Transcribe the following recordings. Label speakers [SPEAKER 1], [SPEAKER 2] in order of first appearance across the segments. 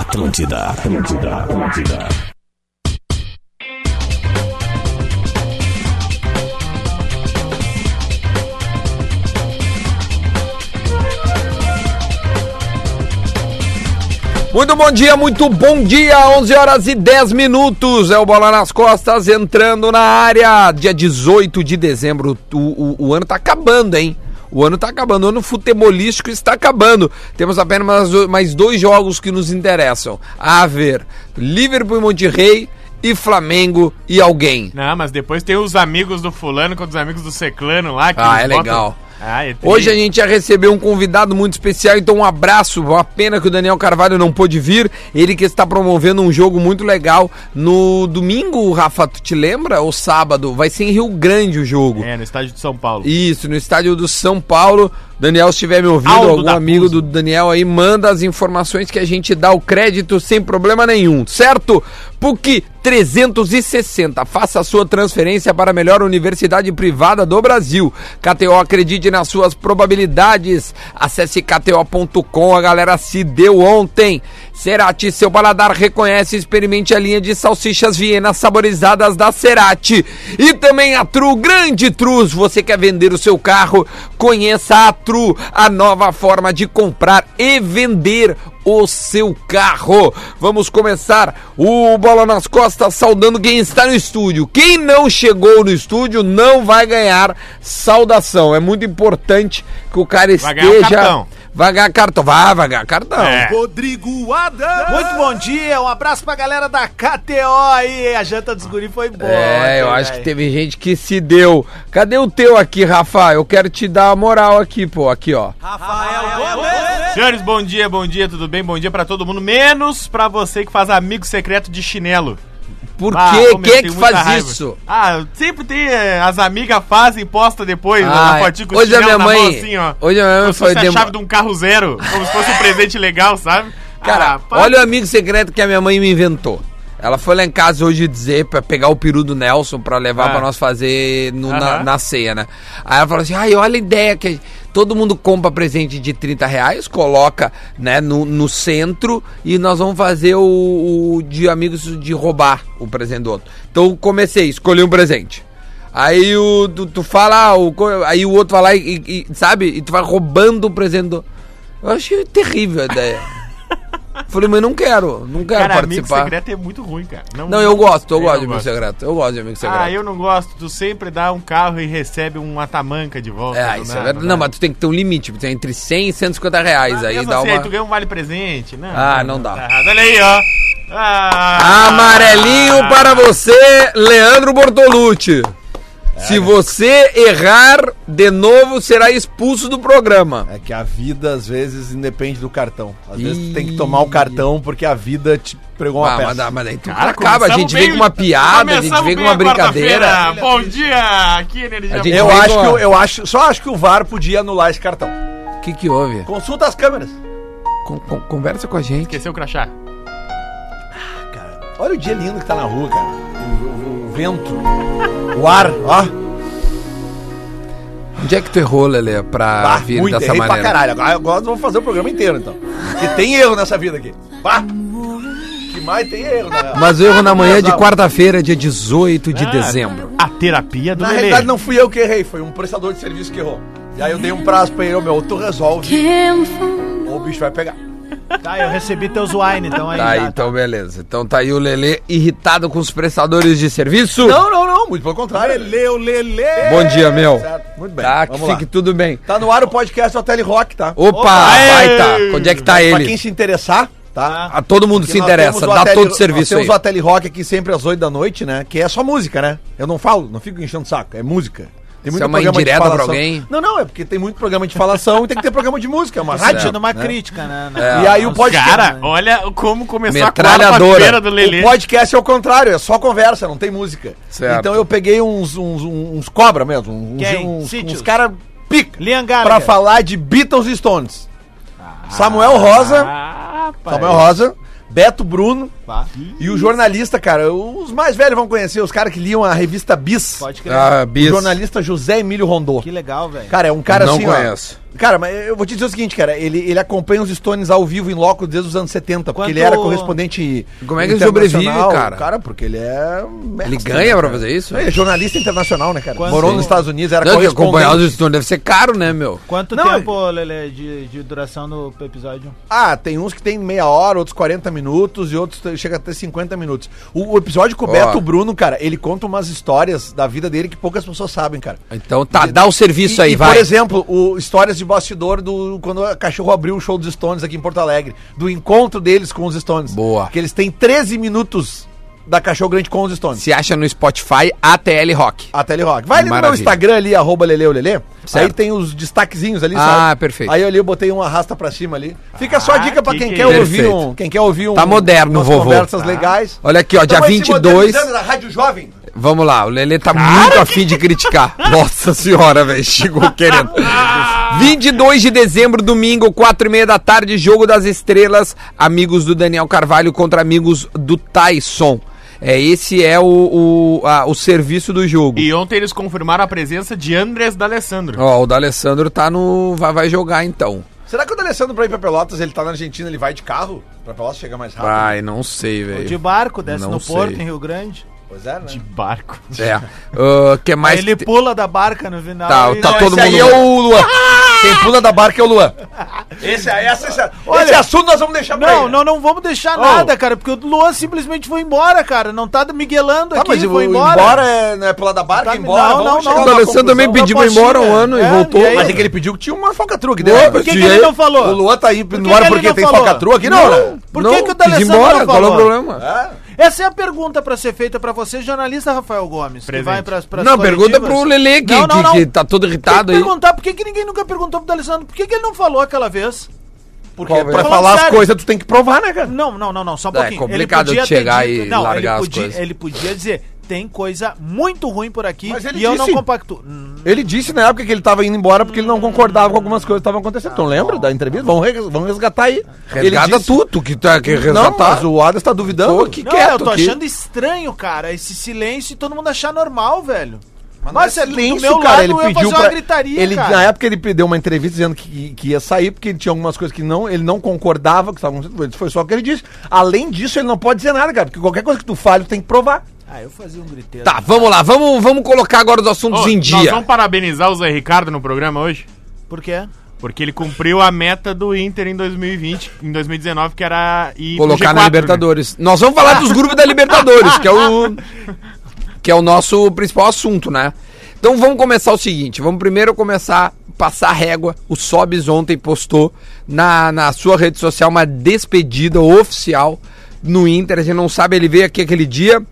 [SPEAKER 1] Atlântida, Atlântida, Atlântida.
[SPEAKER 2] Muito bom dia, muito bom dia. 11 horas e 10 minutos. É o Bola nas Costas entrando na área. Dia 18 de dezembro. O, o- o ano tá acabando, hein? O ano tá acabando. O ano futebolístico está acabando. Temos apenas mais do- mais dois jogos que nos interessam: a ver, Liverpool e Monterrey e Flamengo e alguém.
[SPEAKER 3] Não, mas depois tem os amigos do fulano contra os amigos do seclano lá. Que
[SPEAKER 2] Ah,
[SPEAKER 3] eles
[SPEAKER 2] é
[SPEAKER 3] botam-
[SPEAKER 2] legal.
[SPEAKER 3] Ah, é tri.
[SPEAKER 2] Hoje a gente já recebeu um convidado muito especial, então um abraço. Uma pena que o Daniel Carvalho não pôde vir. Ele que está promovendo um jogo muito legal no domingo, Rafa, tu te lembra? Ou sábado? Vai ser em Rio Grande o jogo.
[SPEAKER 3] É, no estádio de São Paulo.
[SPEAKER 2] Isso, no estádio do São Paulo. Daniel, se estiver me ouvindo,
[SPEAKER 3] Aldo
[SPEAKER 2] algum
[SPEAKER 3] da
[SPEAKER 2] amigo
[SPEAKER 3] Puzzi.
[SPEAKER 2] do Daniel aí, manda as informações que a gente dá o crédito sem problema nenhum, certo? PUC 360, faça a sua transferência para a melhor universidade privada do Brasil. KTO, acredite nas suas probabilidades. Acesse kto.com, a galera se deu ontem. Cerati, seu paladar reconhece e experimente a linha de salsichas vienas saborizadas da Cerati. E também a Tru, grande Trus, você quer vender o seu carro? Conheça a Tru, a nova forma de comprar e vender o seu carro. Vamos começar o Bola nas Costas saudando quem está no estúdio. Quem não chegou no estúdio não vai ganhar saudação. É muito importante que o cara
[SPEAKER 3] Vai ganhar o
[SPEAKER 2] esteja...
[SPEAKER 3] cartão.
[SPEAKER 2] Vai ganhar cartão. Vai, vai ganhar cartão.
[SPEAKER 3] É.
[SPEAKER 4] Rodrigo Adam. Muito bom dia, um abraço pra galera da KTO aí. A janta dos guri foi boa.
[SPEAKER 2] É, eu
[SPEAKER 4] né,
[SPEAKER 2] acho que
[SPEAKER 4] velho?
[SPEAKER 2] teve gente que se deu. Cadê o teu aqui, Rafa? Eu quero te dar a moral aqui, pô. Aqui, ó.
[SPEAKER 4] Rafael Gomes.
[SPEAKER 3] Senhores, bom dia, bom dia, tudo bem? Bom dia pra todo mundo, menos pra você que faz amigo secreto de chinelo.
[SPEAKER 2] Por
[SPEAKER 3] Ah,
[SPEAKER 2] quê?
[SPEAKER 3] ô, meu,
[SPEAKER 2] Quem é
[SPEAKER 3] tenho
[SPEAKER 2] que
[SPEAKER 3] muita
[SPEAKER 2] faz
[SPEAKER 3] raiva.
[SPEAKER 2] isso?
[SPEAKER 3] Ah, sempre tem, eh, as amigas fazem e posta depois,
[SPEAKER 2] Ah,
[SPEAKER 3] uma fotinha com
[SPEAKER 2] hoje a minha
[SPEAKER 3] na mão,
[SPEAKER 2] mãe-
[SPEAKER 3] assim, ó.
[SPEAKER 2] hoje a minha mãe
[SPEAKER 3] como se
[SPEAKER 2] foi
[SPEAKER 3] fosse a
[SPEAKER 2] demo-
[SPEAKER 3] chave de um carro zero, como se fosse um presente legal, sabe?
[SPEAKER 2] Cara,
[SPEAKER 3] Ah, pá.
[SPEAKER 2] olha o amigo secreto que a minha mãe me inventou. Ela foi lá em casa hoje dizer pra pegar o peru do Nelson pra levar
[SPEAKER 3] Ah.
[SPEAKER 2] pra nós fazer no- na,
[SPEAKER 3] Aham.
[SPEAKER 2] na ceia, né? Aí ela falou assim: ai, olha a ideia que todo mundo compra presente de 30 reais, coloca né, no, no centro e nós vamos fazer o, o de amigos de roubar o presente do outro. Então comecei, escolhi um presente. Aí o, tu, tu fala, ah, o co- aí o outro vai lá e, e- e, sabe? E tu vai roubando o presente do. Eu achei terrível a ideia. Falei, mas não quero, não quero
[SPEAKER 3] Cara, amigo
[SPEAKER 2] participar.
[SPEAKER 3] secreto é muito ruim, cara.
[SPEAKER 2] Não, eu gosto, eu,
[SPEAKER 3] Eu
[SPEAKER 2] gosto de amigo
[SPEAKER 3] gosto.
[SPEAKER 2] secreto. Eu gosto de amigo secreto.
[SPEAKER 3] Ah, eu não gosto. Tu sempre dá um carro e recebe uma tamanca de volta.
[SPEAKER 2] É,
[SPEAKER 3] do
[SPEAKER 2] isso é
[SPEAKER 3] nada,
[SPEAKER 2] verdade.
[SPEAKER 3] né?
[SPEAKER 2] Não, mas tu tem que ter um limite, tu tem entre 100 e 150 reais.
[SPEAKER 3] Ah,
[SPEAKER 2] aí
[SPEAKER 3] mesmo
[SPEAKER 2] dá
[SPEAKER 3] assim,
[SPEAKER 2] uma.
[SPEAKER 3] aí tu ganha um vale-presente. Não,
[SPEAKER 2] Ah, não dá.
[SPEAKER 3] tá errado. Olha aí, ó. Ah,
[SPEAKER 2] Amarelinho para você, Leandro Bortolucci.
[SPEAKER 3] É, né?
[SPEAKER 2] Se você errar de novo, será expulso do programa.
[SPEAKER 5] É que a vida, às vezes, independe do cartão. Às vezes
[SPEAKER 2] Ih.
[SPEAKER 5] tu tem que tomar o cartão porque a vida te pregou uma
[SPEAKER 2] Ah,
[SPEAKER 5] peça.
[SPEAKER 2] mas, dá- mas aí tu
[SPEAKER 3] Cara,
[SPEAKER 2] acaba, a gente vem com uma piada, a gente vem com uma brincadeira.
[SPEAKER 3] Bom dia, aqui Energia
[SPEAKER 2] A gente-
[SPEAKER 5] Eu
[SPEAKER 2] vem
[SPEAKER 5] acho
[SPEAKER 2] com
[SPEAKER 5] que
[SPEAKER 2] a-
[SPEAKER 5] eu, eu acho, só acho que o VAR podia anular esse cartão.
[SPEAKER 2] O que, que houve?
[SPEAKER 5] Consulta as câmeras.
[SPEAKER 2] Con- con- conversa com a gente.
[SPEAKER 3] Esqueceu o crachá.
[SPEAKER 5] Cara, olha o dia lindo que tá na rua, cara. O, o- o vento, o ar, ó.
[SPEAKER 2] Ah, Onde é que tu errou, Lele, pra
[SPEAKER 5] Bah,
[SPEAKER 2] vir
[SPEAKER 5] muito,
[SPEAKER 2] dessa
[SPEAKER 5] errei pra
[SPEAKER 2] maneira?
[SPEAKER 5] caralho. Agora, agora nós vamos fazer o programa inteiro, então. Porque tem erro nessa vida aqui. Bah. Que mais tem erro, né?
[SPEAKER 2] Mas o erro na manhã de quarta-feira, dia 18
[SPEAKER 5] É,
[SPEAKER 2] de dezembro.
[SPEAKER 3] A terapia do
[SPEAKER 5] Na
[SPEAKER 3] Lelê.
[SPEAKER 5] realidade, não fui eu que errei, foi um prestador de serviço que errou. E aí eu dei um prazo pra ele, ô, meu, tu resolve ou o bicho vai pegar.
[SPEAKER 4] Tá, eu recebi teus wine, então aí.
[SPEAKER 2] Tá,
[SPEAKER 4] já-
[SPEAKER 2] então beleza. Então tá aí o Lelê irritado com os prestadores de serviço.
[SPEAKER 5] Não, não, não, muito pelo contrário.
[SPEAKER 4] Leleu, lele.
[SPEAKER 2] Bom dia, meu.
[SPEAKER 5] Certo, muito bem.
[SPEAKER 2] Tá, que
[SPEAKER 5] vamos lá.
[SPEAKER 2] fique tudo bem.
[SPEAKER 5] Tá no ar o podcast do Tele Rock, tá?
[SPEAKER 2] Opa,
[SPEAKER 3] Opa,
[SPEAKER 2] vai
[SPEAKER 3] ei!
[SPEAKER 2] tá. Onde é que tá
[SPEAKER 5] Pra quem
[SPEAKER 2] ele?
[SPEAKER 5] se interessar, tá?
[SPEAKER 2] Ah, todo mundo se
[SPEAKER 5] Porque nós
[SPEAKER 2] interessa,
[SPEAKER 5] temos o
[SPEAKER 2] dá
[SPEAKER 5] Ateli-
[SPEAKER 2] todo o
[SPEAKER 5] Nós
[SPEAKER 2] serviço aí.
[SPEAKER 5] temos o Ateli Rock aqui sempre às 8 da noite, né? Que é só música, né? Eu não falo, não fico enchendo o saco, é música. Tem
[SPEAKER 2] Isso é uma
[SPEAKER 5] programa de
[SPEAKER 2] indireta pra
[SPEAKER 5] falação.
[SPEAKER 2] alguém?
[SPEAKER 5] Não, não, é porque tem muito programa de falação e tem que ter programa de música, é uma
[SPEAKER 4] Tá
[SPEAKER 5] rádio.
[SPEAKER 4] tirando uma
[SPEAKER 5] né?
[SPEAKER 4] crítica, né?
[SPEAKER 2] É.
[SPEAKER 5] E aí o podcast...
[SPEAKER 3] Cara, olha como começou
[SPEAKER 2] Metralhadora.
[SPEAKER 3] quarta-feira do Lelê.
[SPEAKER 5] O podcast é o contrário, é só conversa, não tem música.
[SPEAKER 2] Certo.
[SPEAKER 5] Então eu peguei uns, uns, uns cobra mesmo, uns,
[SPEAKER 4] Quem?
[SPEAKER 5] uns,
[SPEAKER 4] Sítios.
[SPEAKER 5] uns caras pica
[SPEAKER 4] Liam
[SPEAKER 5] pra
[SPEAKER 4] Gallagher.
[SPEAKER 5] falar de Beatles e Stones. Samuel Rosa,
[SPEAKER 3] Ah, pai.
[SPEAKER 5] Samuel Rosa, Beto Bruno
[SPEAKER 4] Pá,
[SPEAKER 5] e o jornalista, cara, os mais velhos vão conhecer, os caras que liam a revista Bis,
[SPEAKER 4] Pode crer.
[SPEAKER 2] Ah,
[SPEAKER 5] o
[SPEAKER 2] bis.
[SPEAKER 5] jornalista José Emílio Rondô.
[SPEAKER 4] Que legal, velho.
[SPEAKER 5] Cara, é um cara
[SPEAKER 2] Não
[SPEAKER 5] assim, ó,
[SPEAKER 2] conheço.
[SPEAKER 5] Cara, mas eu vou te dizer o seguinte, cara. Ele, ele acompanha os Stones ao vivo em loco desde os anos 70, porque
[SPEAKER 4] Quanto-
[SPEAKER 5] ele era correspondente.
[SPEAKER 2] Como é que ele sobrevive,
[SPEAKER 5] internacional.
[SPEAKER 2] cara?
[SPEAKER 5] Cara, porque ele é.
[SPEAKER 2] Ele ganha pra fazer isso?
[SPEAKER 5] Ele é jornalista internacional, né, cara?
[SPEAKER 4] Quanto-
[SPEAKER 5] Morou nos Estados Unidos, era
[SPEAKER 2] Não, que
[SPEAKER 5] correspondente.
[SPEAKER 2] acompanhar os Stones deve ser caro, né, meu?
[SPEAKER 4] Quanto
[SPEAKER 5] Não,
[SPEAKER 4] tempo, Lele, de, de duração do episódio?
[SPEAKER 5] Ah, tem uns que tem meia hora, outros 40 minutos e outros t- chega até 50 minutos. O, o episódio com o
[SPEAKER 2] Ó.
[SPEAKER 5] Beto Bruno, cara, ele conta umas histórias da vida dele que poucas pessoas sabem, cara.
[SPEAKER 2] Então tá, dá o serviço
[SPEAKER 5] E-
[SPEAKER 2] aí,
[SPEAKER 5] e,
[SPEAKER 2] vai.
[SPEAKER 5] Por exemplo, o histórias de bastidor do quando o cachorro abriu o show dos Stones aqui em Porto Alegre, do encontro deles com os Stones.
[SPEAKER 2] Boa.
[SPEAKER 5] Que eles têm 13 minutos da Cachorro Grande com os Stones.
[SPEAKER 2] Se acha no Spotify ATL Rock.
[SPEAKER 5] Até ele rock. Vai ali no meu
[SPEAKER 2] Maravilha.
[SPEAKER 5] Instagram ali, arroba Leleolele. Aí
[SPEAKER 2] Certo.
[SPEAKER 5] tem os destaquezinhos ali,
[SPEAKER 2] Ah, perfeito.
[SPEAKER 5] Aí eu ali eu botei um arrasta pra cima ali. Fica só a dica pra
[SPEAKER 3] Ah, que
[SPEAKER 5] quem
[SPEAKER 3] que Tá.
[SPEAKER 5] quer
[SPEAKER 2] é
[SPEAKER 5] ouvir
[SPEAKER 2] isso?
[SPEAKER 5] um. Quem quer ouvir um.
[SPEAKER 2] Tá moderno,
[SPEAKER 5] umas
[SPEAKER 2] vovô.
[SPEAKER 5] conversas legais. Então,
[SPEAKER 2] Olha aqui, ó, dia
[SPEAKER 5] Tamo aí se
[SPEAKER 2] 22.
[SPEAKER 5] modernizando na Rádio Jovem.
[SPEAKER 2] Vamos lá, o Lelê tá muito afim de criticar. Nossa senhora, velho, chegou querendo. 22 de dezembro, domingo, 4 e meia da tarde, Jogo das Estrelas, amigos do Daniel Carvalho contra amigos do Tyson. É, esse é o, o, a- o serviço do jogo.
[SPEAKER 3] E ontem eles confirmaram a presença de Andrés D'Alessandro.
[SPEAKER 2] Ó, o D'Alessandro tá no... vai, vai jogar então.
[SPEAKER 5] Será que o Alessandro pra ir pra Pelotas, ele tá na Argentina, ele vai de carro? Pra Pelotas chegar mais rápido?
[SPEAKER 2] Ai, não sei,
[SPEAKER 4] Tá. De
[SPEAKER 2] velho.
[SPEAKER 4] barco, desce
[SPEAKER 2] Não
[SPEAKER 4] no
[SPEAKER 2] sei.
[SPEAKER 4] porto, em Rio Grande.
[SPEAKER 5] Pois é, né?
[SPEAKER 3] De barco.
[SPEAKER 2] É. Ah, que
[SPEAKER 4] Aí
[SPEAKER 2] mais...
[SPEAKER 4] ele
[SPEAKER 2] que te-
[SPEAKER 4] pula da barca no final.
[SPEAKER 2] Tá,
[SPEAKER 4] e-
[SPEAKER 2] tá
[SPEAKER 4] Não,
[SPEAKER 2] todo
[SPEAKER 5] Esse aí é
[SPEAKER 2] mundo-
[SPEAKER 5] o Luan. Quem pula da barca é o Luan. Esse, aí, essa, essa, esse assunto nós vamos deixar pra
[SPEAKER 4] Não,
[SPEAKER 5] ele.
[SPEAKER 4] não, não vamos deixar
[SPEAKER 5] Oh.
[SPEAKER 4] nada, cara, porque o Luan simplesmente foi embora, cara. Não tá miguelando
[SPEAKER 5] Tá,
[SPEAKER 4] aqui,
[SPEAKER 5] mas
[SPEAKER 4] foi
[SPEAKER 5] o-
[SPEAKER 4] embora.
[SPEAKER 5] embora é, não é pular da barca,
[SPEAKER 4] Tá,
[SPEAKER 5] embora.
[SPEAKER 4] não,
[SPEAKER 5] vamos
[SPEAKER 4] não,
[SPEAKER 5] chegar
[SPEAKER 4] não.
[SPEAKER 2] O
[SPEAKER 5] numa
[SPEAKER 2] D'Alessandro
[SPEAKER 5] conclusão.
[SPEAKER 2] também pediu embora um
[SPEAKER 4] postinha.
[SPEAKER 2] ano e
[SPEAKER 4] É,
[SPEAKER 2] voltou.
[SPEAKER 4] e aí?
[SPEAKER 5] Mas é que ele pediu que tinha uma falcatrua aqui
[SPEAKER 2] Não,
[SPEAKER 5] dentro.
[SPEAKER 2] mas
[SPEAKER 4] Por que, que
[SPEAKER 2] E aí,
[SPEAKER 4] ele não falou?
[SPEAKER 5] O Luan tá aí
[SPEAKER 4] Por que
[SPEAKER 5] embora
[SPEAKER 4] que ele
[SPEAKER 5] porque
[SPEAKER 4] não
[SPEAKER 5] tem
[SPEAKER 4] falou?
[SPEAKER 5] falcatrua aqui? Não, né?
[SPEAKER 4] Por
[SPEAKER 2] Não,
[SPEAKER 4] que, que o
[SPEAKER 2] quis
[SPEAKER 4] D'Alessandro
[SPEAKER 2] embora,
[SPEAKER 4] não
[SPEAKER 2] qual é o
[SPEAKER 4] falou?
[SPEAKER 2] problema?
[SPEAKER 5] É.
[SPEAKER 4] Essa é a pergunta pra ser feita pra você, jornalista Rafael Gomes,
[SPEAKER 3] Presente.
[SPEAKER 4] que vai pras, pras
[SPEAKER 2] Não, pergunta
[SPEAKER 4] coletivas.
[SPEAKER 2] pro Lele que,
[SPEAKER 4] Não, não,
[SPEAKER 2] que-
[SPEAKER 4] não.
[SPEAKER 2] que tá todo
[SPEAKER 4] Tem que
[SPEAKER 2] irritado aí.
[SPEAKER 4] perguntar por que, que ninguém nunca perguntou pro D'Alessandro por que, que ele não falou aquela vez.
[SPEAKER 5] Porque tá
[SPEAKER 2] Qual é?
[SPEAKER 5] pra
[SPEAKER 4] Falando
[SPEAKER 5] falar as
[SPEAKER 4] sério.
[SPEAKER 5] coisas tu tem que provar, né, cara?
[SPEAKER 4] Não, não, não, não, só um
[SPEAKER 2] É,
[SPEAKER 4] pouquinho.
[SPEAKER 2] complicado
[SPEAKER 4] Ele podia
[SPEAKER 2] de chegar
[SPEAKER 4] ter dito-
[SPEAKER 2] e largar
[SPEAKER 4] ele
[SPEAKER 2] as
[SPEAKER 4] podia,
[SPEAKER 2] coisas.
[SPEAKER 4] Ele podia dizer, tem coisa muito ruim por aqui
[SPEAKER 5] Mas ele
[SPEAKER 4] e eu não
[SPEAKER 5] disse.
[SPEAKER 4] compacto. Hum,
[SPEAKER 5] Ele disse na época que ele tava indo embora porque ele não concordava com algumas coisas que estavam acontecendo. Tu não lembra da entrevista? Vamos res- vamos resgatar aí.
[SPEAKER 2] Resgata tu, tu que tá que
[SPEAKER 5] Não,
[SPEAKER 2] resgatar.
[SPEAKER 5] mas o Adas tá duvidando.
[SPEAKER 2] Tô aqui
[SPEAKER 4] Não,
[SPEAKER 2] quieto
[SPEAKER 4] eu tô
[SPEAKER 2] aqui.
[SPEAKER 4] achando estranho, cara, esse silêncio e todo mundo achar normal, velho.
[SPEAKER 5] Mas não é
[SPEAKER 4] Marcelo, do
[SPEAKER 5] silêncio,
[SPEAKER 4] meu
[SPEAKER 5] cara,
[SPEAKER 4] lado,
[SPEAKER 5] ele
[SPEAKER 4] eu ia
[SPEAKER 5] pediu
[SPEAKER 4] fazer uma
[SPEAKER 5] pra-
[SPEAKER 4] gritaria,
[SPEAKER 5] ele,
[SPEAKER 4] cara.
[SPEAKER 5] Na época ele deu uma entrevista dizendo que, que ia sair, porque ele tinha algumas coisas que não, ele não concordava, que estavam acontecendo. Foi só o que ele disse. Além disso, ele não pode dizer nada, cara, porque qualquer coisa que tu fale, tu tem que provar.
[SPEAKER 4] Ah, eu fazia um griteiro.
[SPEAKER 2] Tá, vamos lá, vamos, vamos colocar agora os assuntos
[SPEAKER 3] Ô,
[SPEAKER 2] em
[SPEAKER 3] Nós
[SPEAKER 2] dia.
[SPEAKER 3] vamos parabenizar o Zé Ricardo no programa hoje?
[SPEAKER 4] Por quê?
[SPEAKER 3] Porque ele cumpriu a meta do Inter em 2020, em 2019, que era ir pro né?
[SPEAKER 2] Colocar
[SPEAKER 3] G4,
[SPEAKER 2] na Libertadores. Nós vamos falar dos grupos da Libertadores, que é o que é o nosso principal assunto, né? Então vamos começar o seguinte, vamos primeiro começar a passar a régua. O Sobis ontem postou na, na sua rede social uma despedida oficial no Inter. A gente não sabe, ele veio aqui aquele dia,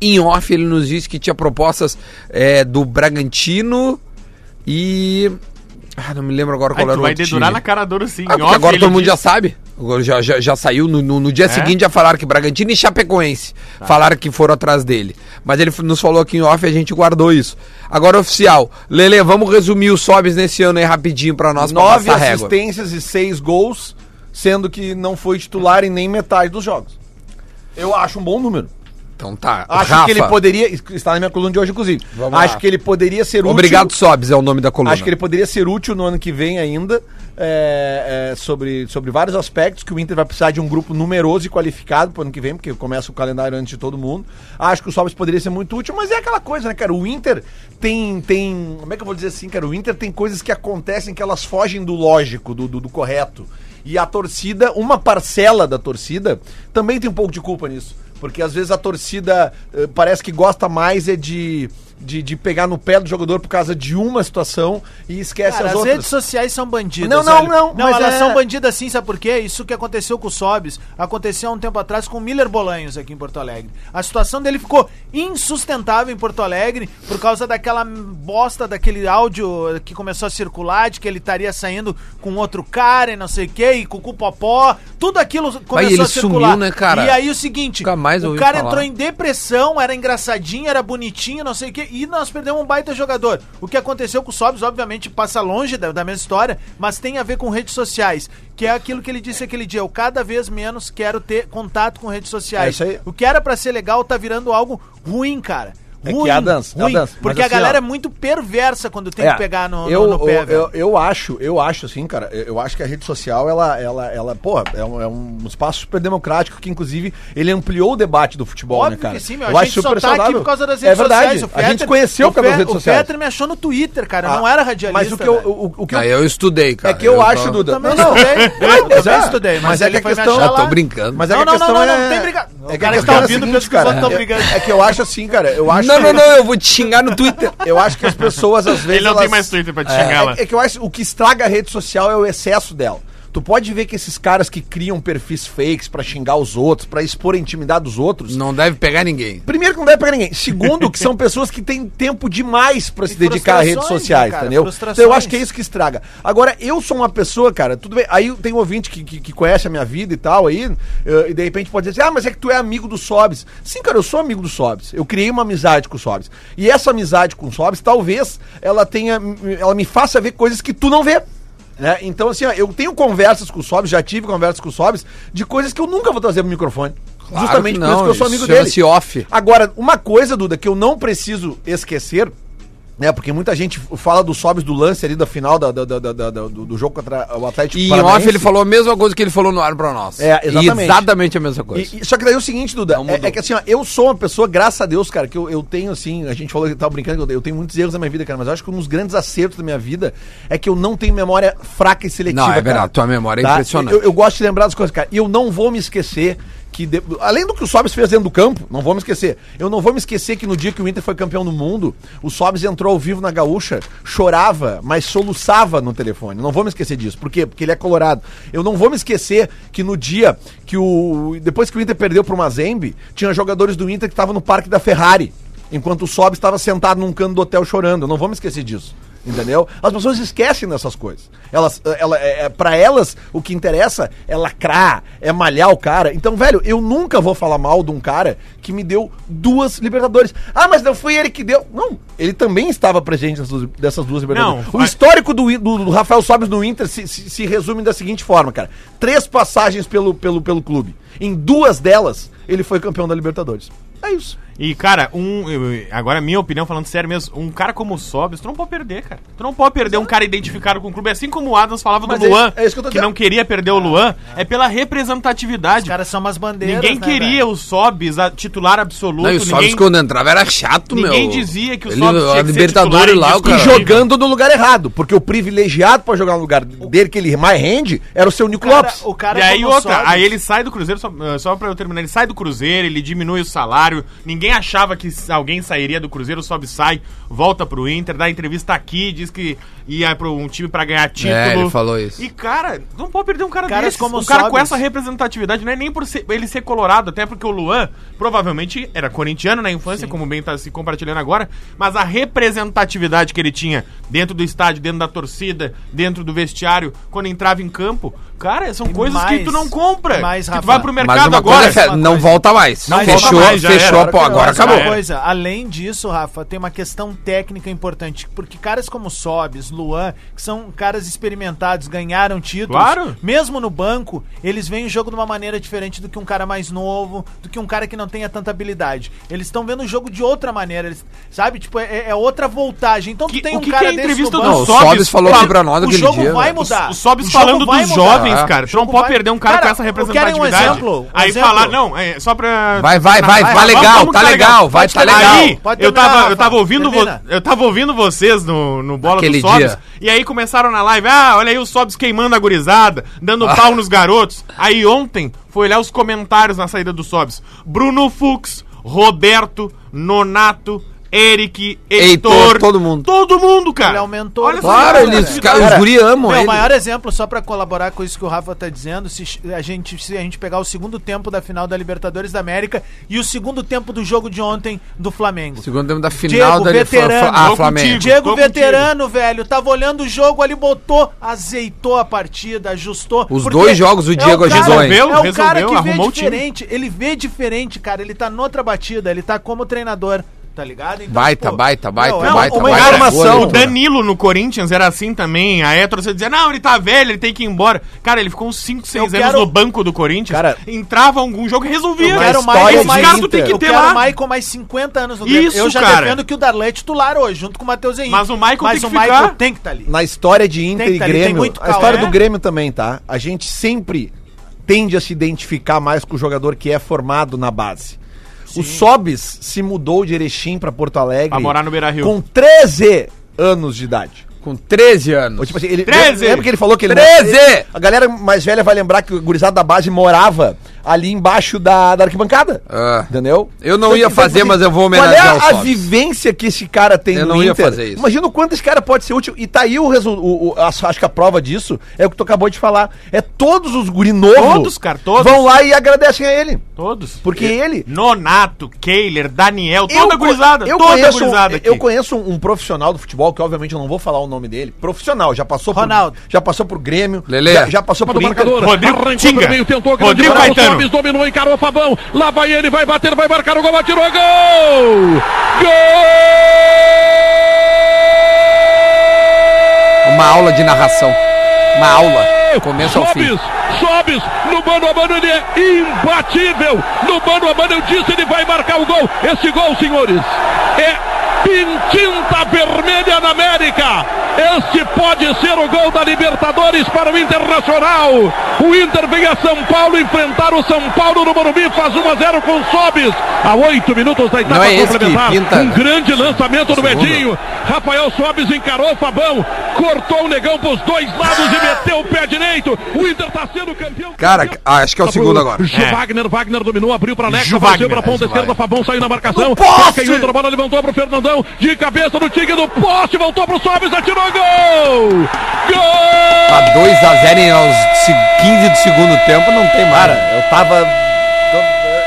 [SPEAKER 2] em off ele nos disse que tinha propostas é, do Bragantino e... Ah, não me lembro agora
[SPEAKER 3] Né?
[SPEAKER 2] qual
[SPEAKER 3] Aí,
[SPEAKER 2] era
[SPEAKER 3] tu
[SPEAKER 2] o
[SPEAKER 3] vai
[SPEAKER 2] outro
[SPEAKER 3] dedurar
[SPEAKER 2] time.
[SPEAKER 3] na cara dura sim.
[SPEAKER 2] Ah, porque
[SPEAKER 3] Ó,
[SPEAKER 2] agora
[SPEAKER 3] ele
[SPEAKER 2] todo mundo já
[SPEAKER 3] disse-
[SPEAKER 2] sabe. Agora já, já, já saiu. No, no-
[SPEAKER 5] É?
[SPEAKER 2] no dia seguinte já falaram que Bragantino e Chapecoense
[SPEAKER 5] Tá.
[SPEAKER 2] falaram que foram atrás dele. Mas ele f- nos falou aqui em off e a gente guardou isso. Agora, oficial, Lele, vamos resumir os sobes nesse ano aí rapidinho pra nós. pra
[SPEAKER 5] Nove
[SPEAKER 2] passar a tá régua.
[SPEAKER 5] assistências e seis gols, sendo que não foi titular em nem metade dos jogos. Eu acho um bom número.
[SPEAKER 2] Então tá.
[SPEAKER 5] Acho que ele poderia. Está na minha coluna de hoje, inclusive.
[SPEAKER 2] Vamos
[SPEAKER 5] acho
[SPEAKER 2] lá.
[SPEAKER 5] que ele poderia ser
[SPEAKER 2] Obrigado, Sobes, é o nome da coluna.
[SPEAKER 5] Acho que ele poderia ser útil no ano que vem ainda, é, é, sobre, sobre vários aspectos, que o Inter vai precisar de um grupo numeroso e qualificado pro ano que vem, porque começa o calendário antes de todo mundo. Acho que o Sobis poderia ser muito útil, mas é aquela coisa, né, cara? O Inter tem, tem. Como é que eu vou dizer assim, cara? O Inter tem coisas que acontecem que elas fogem do lógico, do, do- do correto. E a torcida, uma parcela da torcida, também tem um pouco de culpa nisso. Porque às vezes a torcida eh, parece que gosta mais é de, de, de pegar no pé do jogador por causa de uma situação e esquece
[SPEAKER 4] Cara,
[SPEAKER 5] as
[SPEAKER 4] as
[SPEAKER 5] outras.
[SPEAKER 4] redes sociais são bandidas.
[SPEAKER 5] Não, não,
[SPEAKER 4] olha.
[SPEAKER 5] não,
[SPEAKER 4] Não,
[SPEAKER 5] mas
[SPEAKER 4] elas
[SPEAKER 5] é-
[SPEAKER 4] são bandidas sim, sabe por quê? Isso que aconteceu com o Sobis aconteceu há um tempo atrás com o Miller Bolanhos aqui em Porto Alegre. A situação dele ficou insustentável em Porto Alegre por causa daquela bosta, daquele áudio que começou a circular de que ele estaria saindo com outro cara e não sei o quê, e cucu popó. Tudo aquilo começou
[SPEAKER 2] ele
[SPEAKER 4] a circular.
[SPEAKER 2] sumiu, né, cara?
[SPEAKER 4] E aí o seguinte,
[SPEAKER 2] Nunca mais
[SPEAKER 4] o
[SPEAKER 2] ouvi
[SPEAKER 4] cara
[SPEAKER 2] falar.
[SPEAKER 4] entrou em em depressão, era engraçadinho, era bonitinho, não sei o quê, e nós perdemos um baita jogador. O que aconteceu com o Sobs, obviamente, passa longe da, da mesma história, mas tem a ver com redes sociais, que é aquilo que ele disse aquele dia, eu cada vez menos quero ter contato com redes sociais.
[SPEAKER 5] É isso aí.
[SPEAKER 4] O que era pra ser legal tá virando algo ruim, cara.
[SPEAKER 5] É que é a dança, é a
[SPEAKER 4] ruim,
[SPEAKER 5] dança. Mas
[SPEAKER 4] Porque a
[SPEAKER 5] assim, ó,
[SPEAKER 4] galera é muito perversa quando tem
[SPEAKER 5] É,
[SPEAKER 4] que pegar no, no-
[SPEAKER 5] eu,
[SPEAKER 4] no pé,
[SPEAKER 5] eu,
[SPEAKER 4] velho.
[SPEAKER 5] eu, eu acho, eu acho assim, cara, eu eu acho que a rede social, ela, ela, ela porra, é um, é um espaço super democrático que, inclusive, ele ampliou o debate do futebol, né,
[SPEAKER 4] Óbvio
[SPEAKER 5] cara?
[SPEAKER 4] que sim, meu.
[SPEAKER 5] Eu
[SPEAKER 4] a
[SPEAKER 5] acho
[SPEAKER 4] gente só
[SPEAKER 5] super
[SPEAKER 4] tá aqui
[SPEAKER 5] saudável.
[SPEAKER 4] por causa das
[SPEAKER 5] É
[SPEAKER 4] redes
[SPEAKER 5] verdade,
[SPEAKER 4] sociais. O
[SPEAKER 5] a gente
[SPEAKER 4] Fetter-
[SPEAKER 5] se conheceu
[SPEAKER 4] o
[SPEAKER 5] por causa das
[SPEAKER 4] Fe-
[SPEAKER 5] redes sociais.
[SPEAKER 4] O Petra me achou no Twitter, cara. eu
[SPEAKER 5] Ah,
[SPEAKER 4] não era radialista.
[SPEAKER 5] Mas o que eu,
[SPEAKER 4] velho.
[SPEAKER 5] o, o que eu
[SPEAKER 2] Aí eu estudei, cara.
[SPEAKER 5] É que eu, acho,
[SPEAKER 2] só-
[SPEAKER 5] Duda.
[SPEAKER 4] também estudei. Eu
[SPEAKER 5] mas
[SPEAKER 4] também
[SPEAKER 5] é,
[SPEAKER 4] estudei, mas
[SPEAKER 5] mas é
[SPEAKER 4] ele
[SPEAKER 5] que a
[SPEAKER 4] foi me
[SPEAKER 5] questão.
[SPEAKER 4] achar
[SPEAKER 2] Já Ah, tô brincando.
[SPEAKER 5] Mas é que
[SPEAKER 4] Não,
[SPEAKER 5] a
[SPEAKER 4] não,
[SPEAKER 5] questão
[SPEAKER 4] não, não,
[SPEAKER 5] é...
[SPEAKER 4] não tem briga-
[SPEAKER 5] É
[SPEAKER 4] O
[SPEAKER 5] que a
[SPEAKER 4] cara
[SPEAKER 5] questão
[SPEAKER 4] está
[SPEAKER 5] é a
[SPEAKER 4] ouvindo,
[SPEAKER 5] seguinte,
[SPEAKER 4] pensa que os
[SPEAKER 5] cara.
[SPEAKER 4] outros tão
[SPEAKER 5] é-
[SPEAKER 4] brigando.
[SPEAKER 5] É que eu acho assim, cara. Eu acho.
[SPEAKER 2] Não, não, não, eu vou te xingar no Twitter.
[SPEAKER 5] Eu acho que as pessoas às vezes.
[SPEAKER 3] Ele não tem
[SPEAKER 5] elas-
[SPEAKER 3] mais Twitter pra te
[SPEAKER 5] É,
[SPEAKER 3] xingar
[SPEAKER 4] né?
[SPEAKER 3] ela.
[SPEAKER 5] É, que eu acho o que estraga a rede social é o excesso dela. Tu pode ver que esses caras que criam perfis fakes pra xingar os outros, pra expor a intimidade dos outros.
[SPEAKER 2] Não deve pegar ninguém.
[SPEAKER 5] Primeiro que não deve pegar ninguém. Segundo, que são pessoas que têm tempo demais pra se
[SPEAKER 4] E
[SPEAKER 5] dedicar a redes
[SPEAKER 4] frustrações,
[SPEAKER 5] sociais,
[SPEAKER 4] né, cara?
[SPEAKER 5] entendeu?
[SPEAKER 4] Frustrações.
[SPEAKER 5] Então eu acho que é isso que estraga. Agora, eu sou uma pessoa, cara, tudo bem. Aí tem um ouvinte que, que, que conhece a minha vida e tal, aí, eh, e de repente pode dizer assim, ah, mas é que tu é amigo do Sobs. Sim, cara, eu sou amigo do Sobs. Eu criei uma amizade com o Sobs. E essa amizade com o Sobs, talvez ela tenha. Ela me faça ver coisas que tu não vê. Né? Então, assim, ó, eu tenho conversas com o Sobs, já tive conversas com o Sobs, de coisas que eu nunca vou trazer pro microfone.
[SPEAKER 2] Claro
[SPEAKER 5] Justamente
[SPEAKER 2] que
[SPEAKER 5] por isso
[SPEAKER 2] não,
[SPEAKER 5] que eu sou
[SPEAKER 2] isso
[SPEAKER 5] amigo dele.
[SPEAKER 2] chama-se off.
[SPEAKER 5] Agora, uma coisa, Duda, que eu não preciso esquecer, né? Porque muita gente fala do Sobs do lance ali da final da, da- da- da- da- do, do jogo contra o Atlético
[SPEAKER 2] E em
[SPEAKER 5] Paranaense.
[SPEAKER 2] off ele falou a mesma coisa que ele falou no ar pra nós.
[SPEAKER 5] É, exatamente.
[SPEAKER 2] E exatamente a mesma coisa.
[SPEAKER 5] E- e- só que daí é o seguinte, Duda,
[SPEAKER 2] Não
[SPEAKER 5] é,
[SPEAKER 2] mudou.
[SPEAKER 5] é que assim, ó, eu sou uma pessoa, graças a Deus, cara, que eu, eu tenho assim, a gente falou que tava brincando, que eu- eu tenho muitos erros na minha vida, cara, mas eu acho que um dos grandes acertos da minha vida é que eu não tenho memória fraca e seletiva.
[SPEAKER 2] Não, é verdade,
[SPEAKER 5] cara.
[SPEAKER 2] tua memória é impressionante.
[SPEAKER 5] Tá? Eu, eu gosto de lembrar das coisas, cara, e eu não vou me esquecer que, de- além do que o Sobs fez dentro do campo, não vou me esquecer, eu não vou me esquecer que no dia que o Inter foi campeão do mundo, o Sobs entrou ao vivo na gaúcha, chorava, mas soluçava no telefone, não vou me esquecer disso, por quê? Porque ele é colorado. Eu não vou me esquecer que no dia que o... depois que o Inter perdeu pro Mazembe, tinha jogadores do Inter que estavam no parque da Ferrari, enquanto o Sobs estava sentado num canto do hotel chorando, eu não vou me esquecer disso. Entendeu? As pessoas esquecem dessas coisas. Elas, ela, é, é, pra elas, o que interessa é lacrar, é malhar o cara. Então, velho, eu nunca vou falar mal de um cara que me deu duas Libertadores. Ah, mas não foi ele que deu. Não, ele também estava presente nessas, duas- dessas duas Libertadores.
[SPEAKER 3] Não,
[SPEAKER 5] o
[SPEAKER 3] vai-
[SPEAKER 5] histórico do, I- do- do Rafael Sobis no Inter se, se- se resume da seguinte forma, cara: três passagens pelo, pelo, pelo clube. Em duas delas, ele foi campeão da Libertadores. É isso.
[SPEAKER 3] E, cara, um. eu- eu- Agora, minha opinião, falando sério mesmo, um cara como o Sobis, tu não pode perder, cara. Tu não pode perder um cara identificado com o clube. Assim como o Adams falava
[SPEAKER 5] Mas
[SPEAKER 3] do
[SPEAKER 5] é
[SPEAKER 3] Luan,
[SPEAKER 5] isso- é isso que eu tô dizendo. Ah,
[SPEAKER 3] não queria perder o Luan, é pela representatividade.
[SPEAKER 4] Os caras são umas bandeiras.
[SPEAKER 3] ninguém
[SPEAKER 4] né,
[SPEAKER 3] queria o Sobis a titular absoluto.
[SPEAKER 2] Não, e o Sobs
[SPEAKER 3] ninguém...
[SPEAKER 2] quando entrava era chato, meu.
[SPEAKER 3] Ninguém dizia que o
[SPEAKER 2] Ele-
[SPEAKER 3] Sobs tinha
[SPEAKER 2] a
[SPEAKER 3] que ser
[SPEAKER 2] Libertadores
[SPEAKER 3] titular
[SPEAKER 2] lá, o
[SPEAKER 3] indiscutível.
[SPEAKER 2] cara.
[SPEAKER 5] E
[SPEAKER 3] Caramba.
[SPEAKER 5] jogando no lugar errado, porque o privilegiado pra jogar no lugar dele que ele mais rende era o seu Nico
[SPEAKER 4] velho?
[SPEAKER 5] Lopes.
[SPEAKER 4] Cara, o cara é
[SPEAKER 3] e aí
[SPEAKER 4] como
[SPEAKER 3] outra,
[SPEAKER 4] sobe-
[SPEAKER 3] aí ele sai do Cruzeiro, só, eh, só pra eu terminar, ele sai do Cruzeiro, ele diminui o salário, ninguém achava que s- alguém sairia do Cruzeiro, sobe sai, volta pro Inter, dá entrevista aqui, diz que ia pro um time pra ganhar título.
[SPEAKER 2] É, ele falou isso.
[SPEAKER 3] E cara, não pode perder um cara
[SPEAKER 4] Caras
[SPEAKER 3] desses,
[SPEAKER 4] como
[SPEAKER 3] um cara
[SPEAKER 4] Sobis.
[SPEAKER 3] com essa representatividade, não é nem por ser- ele ser colorado, até porque o Luan provavelmente era corintiano na infância, como bem tá se compartilhando agora, mas a representatividade que ele tinha dentro do estádio, dentro da torcida, dentro do vestiário, quando entrava em campo, cara, são
[SPEAKER 4] E
[SPEAKER 3] coisas que
[SPEAKER 4] mais,
[SPEAKER 3] tu não compra.
[SPEAKER 4] mais,
[SPEAKER 3] que tu
[SPEAKER 4] Rafa.
[SPEAKER 3] vai pro
[SPEAKER 4] Mas
[SPEAKER 2] Mas
[SPEAKER 3] mercado
[SPEAKER 2] uma
[SPEAKER 3] agora.
[SPEAKER 2] coisa é,
[SPEAKER 4] uma
[SPEAKER 2] não
[SPEAKER 4] coisa.
[SPEAKER 2] volta mais.
[SPEAKER 3] Não
[SPEAKER 2] fechou,
[SPEAKER 3] volta mais, já
[SPEAKER 2] fechou a
[SPEAKER 3] era.
[SPEAKER 2] pô, agora
[SPEAKER 4] Mas uma
[SPEAKER 2] acabou.
[SPEAKER 4] Coisa, além disso, Rafa, tem uma questão técnica importante, porque caras como Sobis, Luan, que são caras experimentados, ganharam títulos,
[SPEAKER 3] Claro.
[SPEAKER 4] mesmo no banco, eles veem o jogo de uma maneira diferente do que um cara mais novo, do que um cara que não tenha tanta habilidade. Eles estão vendo o jogo de outra maneira, eles- sabe? Tipo, é, é outra voltagem. Então
[SPEAKER 3] Que-
[SPEAKER 4] tu tem
[SPEAKER 3] o
[SPEAKER 4] um
[SPEAKER 3] que
[SPEAKER 4] cara
[SPEAKER 3] que é a
[SPEAKER 4] desse
[SPEAKER 3] entrevista
[SPEAKER 4] no
[SPEAKER 3] do
[SPEAKER 2] Não,
[SPEAKER 4] banco,
[SPEAKER 2] o
[SPEAKER 3] Sobs
[SPEAKER 2] Sobs falou
[SPEAKER 3] fala-
[SPEAKER 2] aqui pra nós
[SPEAKER 4] o
[SPEAKER 2] aquele
[SPEAKER 4] jogo
[SPEAKER 2] dia. né?
[SPEAKER 4] vai mudar.
[SPEAKER 3] O Sobs
[SPEAKER 4] O jogo
[SPEAKER 3] falando
[SPEAKER 4] vai
[SPEAKER 3] dos
[SPEAKER 4] mudar.
[SPEAKER 3] jovens,
[SPEAKER 2] Ah.
[SPEAKER 3] cara. Tu não
[SPEAKER 4] Jogo
[SPEAKER 3] pode
[SPEAKER 4] vai-
[SPEAKER 3] perder um cara,
[SPEAKER 4] Cara,
[SPEAKER 3] com essa
[SPEAKER 4] eu quero um
[SPEAKER 3] representatividade.
[SPEAKER 4] exemplo, um
[SPEAKER 3] Aí
[SPEAKER 4] exemplo.
[SPEAKER 3] falar, não, é só pra.
[SPEAKER 2] Vai, vai, vai, vai legal, tá legal, vai, tá legal.
[SPEAKER 3] Aí,
[SPEAKER 4] Pode
[SPEAKER 3] eu,
[SPEAKER 4] terminar,
[SPEAKER 3] tava, eu,
[SPEAKER 4] Rafa.
[SPEAKER 3] tava ouvindo vo-
[SPEAKER 4] Termina.
[SPEAKER 3] eu tava ouvindo vocês no, no Bola
[SPEAKER 2] Aquele
[SPEAKER 3] do Sobs.
[SPEAKER 2] dia.
[SPEAKER 3] E aí começaram na live, ah, olha aí o Sobs queimando a gurizada, dando
[SPEAKER 2] Ah.
[SPEAKER 3] pau nos garotos. Aí ontem foi olhar os comentários na saída do Sobs. Bruno Fux, Roberto, Nonato, Eric, Heitor,
[SPEAKER 2] Heitor, todo mundo.
[SPEAKER 3] Todo mundo, cara.
[SPEAKER 4] Ele aumentou.
[SPEAKER 3] Olha essa
[SPEAKER 2] Claro,
[SPEAKER 3] galera,
[SPEAKER 2] eles,
[SPEAKER 3] cara.
[SPEAKER 2] cara, os
[SPEAKER 5] Cara,
[SPEAKER 2] guri amam
[SPEAKER 4] Meu,
[SPEAKER 2] ele.
[SPEAKER 4] o maior exemplo, só pra colaborar com isso que o Rafa tá dizendo, se ch- a gente, se a gente pegar o segundo tempo da final da Libertadores da América e o segundo tempo do jogo de ontem do Flamengo.
[SPEAKER 2] Segundo tempo da final da
[SPEAKER 4] veterano.
[SPEAKER 2] Ah,
[SPEAKER 3] Tô
[SPEAKER 2] Flamengo.
[SPEAKER 3] contigo.
[SPEAKER 4] Diego
[SPEAKER 3] Tô
[SPEAKER 4] veterano, velho, tava olhando o jogo ali, botou, azeitou a partida, ajustou.
[SPEAKER 2] Os
[SPEAKER 4] porque
[SPEAKER 2] dois jogos o Diego
[SPEAKER 4] é o cara,
[SPEAKER 2] ajudou, hein?
[SPEAKER 4] É o
[SPEAKER 3] Resolveu,
[SPEAKER 4] cara que vê
[SPEAKER 3] arrumou o time.
[SPEAKER 4] diferente, ele vê diferente, cara, ele tá noutra batida, ele tá como treinador. tá ligado? Então,
[SPEAKER 2] Baita, baita, baita,
[SPEAKER 4] não, é uma-
[SPEAKER 2] baita,
[SPEAKER 4] uma
[SPEAKER 2] baita.
[SPEAKER 5] encarnação.
[SPEAKER 2] Boa,
[SPEAKER 3] O
[SPEAKER 2] né?
[SPEAKER 3] Danilo no Corinthians era assim também. A Etro, você dizia, não, ele tá velho, ele tem que ir embora. Cara, ele ficou uns 5, 6 anos
[SPEAKER 4] quero-
[SPEAKER 3] no banco do Corinthians.
[SPEAKER 5] Cara-
[SPEAKER 3] entrava algum jogo e resolvia.
[SPEAKER 4] Eu quero o
[SPEAKER 5] história
[SPEAKER 4] Michael
[SPEAKER 5] de
[SPEAKER 3] Esses caras tu
[SPEAKER 4] mais,
[SPEAKER 5] vida.
[SPEAKER 3] tem que
[SPEAKER 4] eu
[SPEAKER 3] ter
[SPEAKER 4] quero
[SPEAKER 3] lá.
[SPEAKER 4] o Michael mais 50 anos no
[SPEAKER 3] Isso,
[SPEAKER 4] Eu já
[SPEAKER 3] cara.
[SPEAKER 4] defendo que o Darlan é titular hoje, junto com o Matheus Henrique.
[SPEAKER 3] Mas o Michael
[SPEAKER 4] Mas
[SPEAKER 3] tem
[SPEAKER 4] o
[SPEAKER 3] que
[SPEAKER 4] Michael
[SPEAKER 3] ficar.
[SPEAKER 4] tem que estar ali.
[SPEAKER 5] Na história de Inter
[SPEAKER 4] Tem,
[SPEAKER 5] e
[SPEAKER 4] tá, ele
[SPEAKER 5] Grêmio,
[SPEAKER 4] tem muito é?
[SPEAKER 5] a história
[SPEAKER 4] Cauê.
[SPEAKER 5] do Grêmio também, tá? A gente sempre tende a se identificar mais com o jogador que é formado na base. O Sobis se mudou de Erechim pra Porto Alegre
[SPEAKER 3] Pra morar no Beira-Rio.
[SPEAKER 5] com 13 anos de idade.
[SPEAKER 2] Com 13 anos.
[SPEAKER 5] Ou, tipo assim, ele,
[SPEAKER 3] 13!
[SPEAKER 5] Lembra que ele falou que ele
[SPEAKER 2] 13!
[SPEAKER 5] ele- a galera mais velha vai lembrar que o gurizado da base morava ali embaixo da, da arquibancada.
[SPEAKER 2] Ah.
[SPEAKER 5] Entendeu? Então, tipo, assim,
[SPEAKER 2] Eu não ia fazer, mas eu vou homenagear
[SPEAKER 5] Qual é
[SPEAKER 2] o
[SPEAKER 5] a
[SPEAKER 2] Sobis.
[SPEAKER 5] vivência que esse cara tem
[SPEAKER 2] Eu
[SPEAKER 5] no
[SPEAKER 2] não ia
[SPEAKER 5] Inter?
[SPEAKER 2] fazer isso.
[SPEAKER 5] Imagina o quanto esse cara pode ser útil. E tá aí o resultado. Acho que a prova disso é o que tu acabou de falar. É todos os guri novo
[SPEAKER 3] Todos, cara, todos.
[SPEAKER 5] vão lá e agradecem a ele.
[SPEAKER 3] Todos.
[SPEAKER 5] Porque ele.
[SPEAKER 3] Nonato, Keiler, Daniel, toda
[SPEAKER 5] eu, co-
[SPEAKER 3] gurizada,
[SPEAKER 5] eu
[SPEAKER 3] toda
[SPEAKER 5] conheço,
[SPEAKER 3] gurizada
[SPEAKER 5] um,
[SPEAKER 3] aqui.
[SPEAKER 5] eu conheço um profissional do futebol, que obviamente eu não vou falar o nome dele. Profissional, já passou
[SPEAKER 4] Ronaldo.
[SPEAKER 5] por. Já passou por Grêmio.
[SPEAKER 2] Lelê.
[SPEAKER 5] Já, já passou por
[SPEAKER 6] do
[SPEAKER 5] Inter.
[SPEAKER 6] marcador.
[SPEAKER 3] Rodrigo
[SPEAKER 6] Arrancou
[SPEAKER 3] Tinga.
[SPEAKER 6] pelo meio, tentou
[SPEAKER 3] Rodrigo
[SPEAKER 6] grande bola,
[SPEAKER 3] Caetano.
[SPEAKER 6] o Sobis dominou, encarou o Fabão. Lá vai ele, vai bater, vai marcar o gol, atirou, gol! Gol!
[SPEAKER 2] Uma aula de narração. Uma aula. Começo ao fim.
[SPEAKER 6] Sobis, Sobis, no mano a mano ele é imbatível. No mano a mano eu disse, ele vai marcar o gol. Esse gol, senhores, é pintinta vermelha na América. Este pode ser o gol da Libertadores para o Internacional. O Inter vem a São Paulo enfrentar o São Paulo no Morumbi, faz 1 a 0 com Sobis. A oito minutos da etapa
[SPEAKER 2] Não é esse que
[SPEAKER 6] complementar.
[SPEAKER 2] pinta.
[SPEAKER 6] Um grande lançamento do Edinho. Rafael Sobis encarou o Fabão, cortou o negão para os dois lados e meteu o pé direito. O Inter tá sendo campeão.
[SPEAKER 2] Cara, ah, acho que é o segundo agora.
[SPEAKER 6] Ju
[SPEAKER 3] É.
[SPEAKER 6] Wagner, Wagner dominou, abriu pra Alex,
[SPEAKER 3] Ju
[SPEAKER 6] apareceu
[SPEAKER 3] Wagner,
[SPEAKER 6] pra
[SPEAKER 2] Ju
[SPEAKER 6] ponta esquerda,
[SPEAKER 2] Wagner.
[SPEAKER 6] Fabão saiu na marcação.
[SPEAKER 5] No poste!
[SPEAKER 6] Toca em outra bola, levantou pro Fernandão, de cabeça no Tigre do poste, voltou pro Sobis, atirou gol! Gol!
[SPEAKER 2] Tá 2x0 em aos se- 15 do segundo tempo, não tem
[SPEAKER 5] Cara,
[SPEAKER 2] mara.
[SPEAKER 5] eu tava.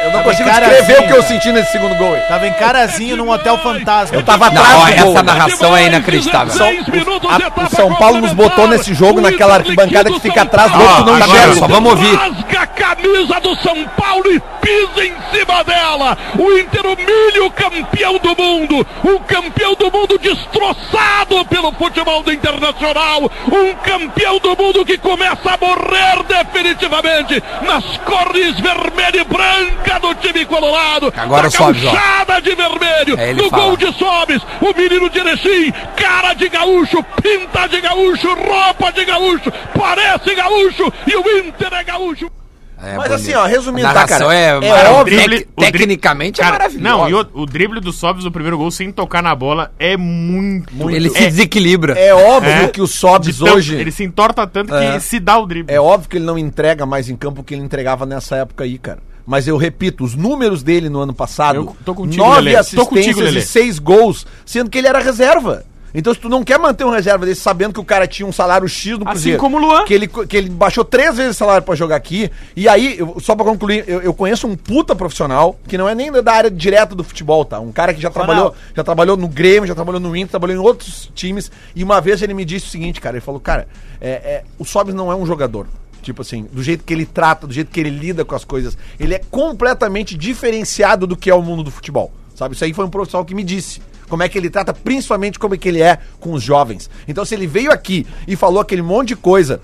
[SPEAKER 5] Eu não
[SPEAKER 4] Tava
[SPEAKER 5] consigo
[SPEAKER 4] encarazinho,
[SPEAKER 5] descrever o que eu
[SPEAKER 4] cara.
[SPEAKER 5] senti nesse segundo gol aí.
[SPEAKER 4] Tava em carazinho num hotel fantasma.
[SPEAKER 5] Eu tava
[SPEAKER 2] Não, ó,
[SPEAKER 5] atrás do
[SPEAKER 2] essa
[SPEAKER 3] né?
[SPEAKER 5] gol.
[SPEAKER 2] narração é
[SPEAKER 6] Demais,
[SPEAKER 2] inacreditável.
[SPEAKER 6] 16 minutos,
[SPEAKER 5] a-
[SPEAKER 6] etapa
[SPEAKER 5] o São Paulo nos botou
[SPEAKER 6] complementar.
[SPEAKER 5] nesse jogo,
[SPEAKER 6] O
[SPEAKER 5] naquela
[SPEAKER 6] Inter
[SPEAKER 5] arquibancada
[SPEAKER 6] liquida
[SPEAKER 5] que fica
[SPEAKER 6] o São
[SPEAKER 5] atrás do
[SPEAKER 6] Paulo.
[SPEAKER 5] outro, tu não
[SPEAKER 2] Ah,
[SPEAKER 5] enxerga.
[SPEAKER 2] agora, só vamos ouvir.
[SPEAKER 6] Rasga a camisa do São Paulo e pisa em cima dela. O Inter humilha o campeão do mundo. O campeão do mundo destroçado pelo futebol do Internacional. Um campeão do mundo que começa a morrer definitivamente nas cores vermelha e branca do time colorado. um
[SPEAKER 2] Agora
[SPEAKER 6] Na
[SPEAKER 2] o Sobs, ó.
[SPEAKER 6] gauchada de vermelho.
[SPEAKER 2] É, ele
[SPEAKER 6] no
[SPEAKER 2] fala.
[SPEAKER 6] gol de Sobes. O menino de Erechim. Cara de gaúcho. Pinta de gaúcho. Roupa de gaúcho. Parece gaúcho. E o Inter é gaúcho.
[SPEAKER 2] É
[SPEAKER 5] Mas
[SPEAKER 2] bonito.
[SPEAKER 5] assim, ó, resumindo,
[SPEAKER 2] A
[SPEAKER 5] tá,
[SPEAKER 2] narração
[SPEAKER 5] cara?
[SPEAKER 2] é,
[SPEAKER 5] É
[SPEAKER 2] maravilhosa.
[SPEAKER 5] óbvio.
[SPEAKER 2] Tec-
[SPEAKER 3] Drible- o dri-
[SPEAKER 2] Tecnicamente é
[SPEAKER 3] Cara,
[SPEAKER 2] maravilhoso.
[SPEAKER 3] Não, e o, o drible do Sobs, o primeiro gol, sem tocar na bola, é muito...
[SPEAKER 2] Ele se
[SPEAKER 3] é,
[SPEAKER 2] desequilibra.
[SPEAKER 5] É óbvio
[SPEAKER 3] É.
[SPEAKER 5] que o Sobs
[SPEAKER 3] de tanto-
[SPEAKER 5] hoje.
[SPEAKER 3] Ele se entorta tanto
[SPEAKER 5] É.
[SPEAKER 3] que se dá o drible.
[SPEAKER 5] É óbvio que ele não entrega mais em campo o que ele entregava nessa época aí, cara. Mas eu repito, os números dele no ano passado,
[SPEAKER 3] Eu tô contigo,
[SPEAKER 5] nove
[SPEAKER 3] Lelê. Tô
[SPEAKER 5] assistências
[SPEAKER 3] contigo, Lelê.
[SPEAKER 5] e seis gols, sendo que ele era reserva. Então se tu não quer manter um reserva desse sabendo que o cara tinha um salário X no
[SPEAKER 3] Assim
[SPEAKER 5] Cruzeiro,
[SPEAKER 3] como o Luan.
[SPEAKER 5] Que ele, que ele baixou três vezes o salário pra jogar aqui, e aí, eu- só pra concluir, eu, eu conheço um puta profissional, que não é nem da área direta do futebol, tá? Um cara que já trabalhou, já trabalhou no Grêmio, já trabalhou no Inter, trabalhou em outros times. E uma vez ele me disse o seguinte, cara, ele falou, cara, é, é, o Sobis não é um jogador. Tipo assim, do jeito que ele trata, do jeito que ele lida com as coisas. Ele é completamente diferenciado do que é o mundo do futebol. Sabe? Isso aí foi um profissional que me disse. Como é que ele trata, principalmente como é que ele é com os jovens. Então, se ele veio aqui e falou aquele monte de coisa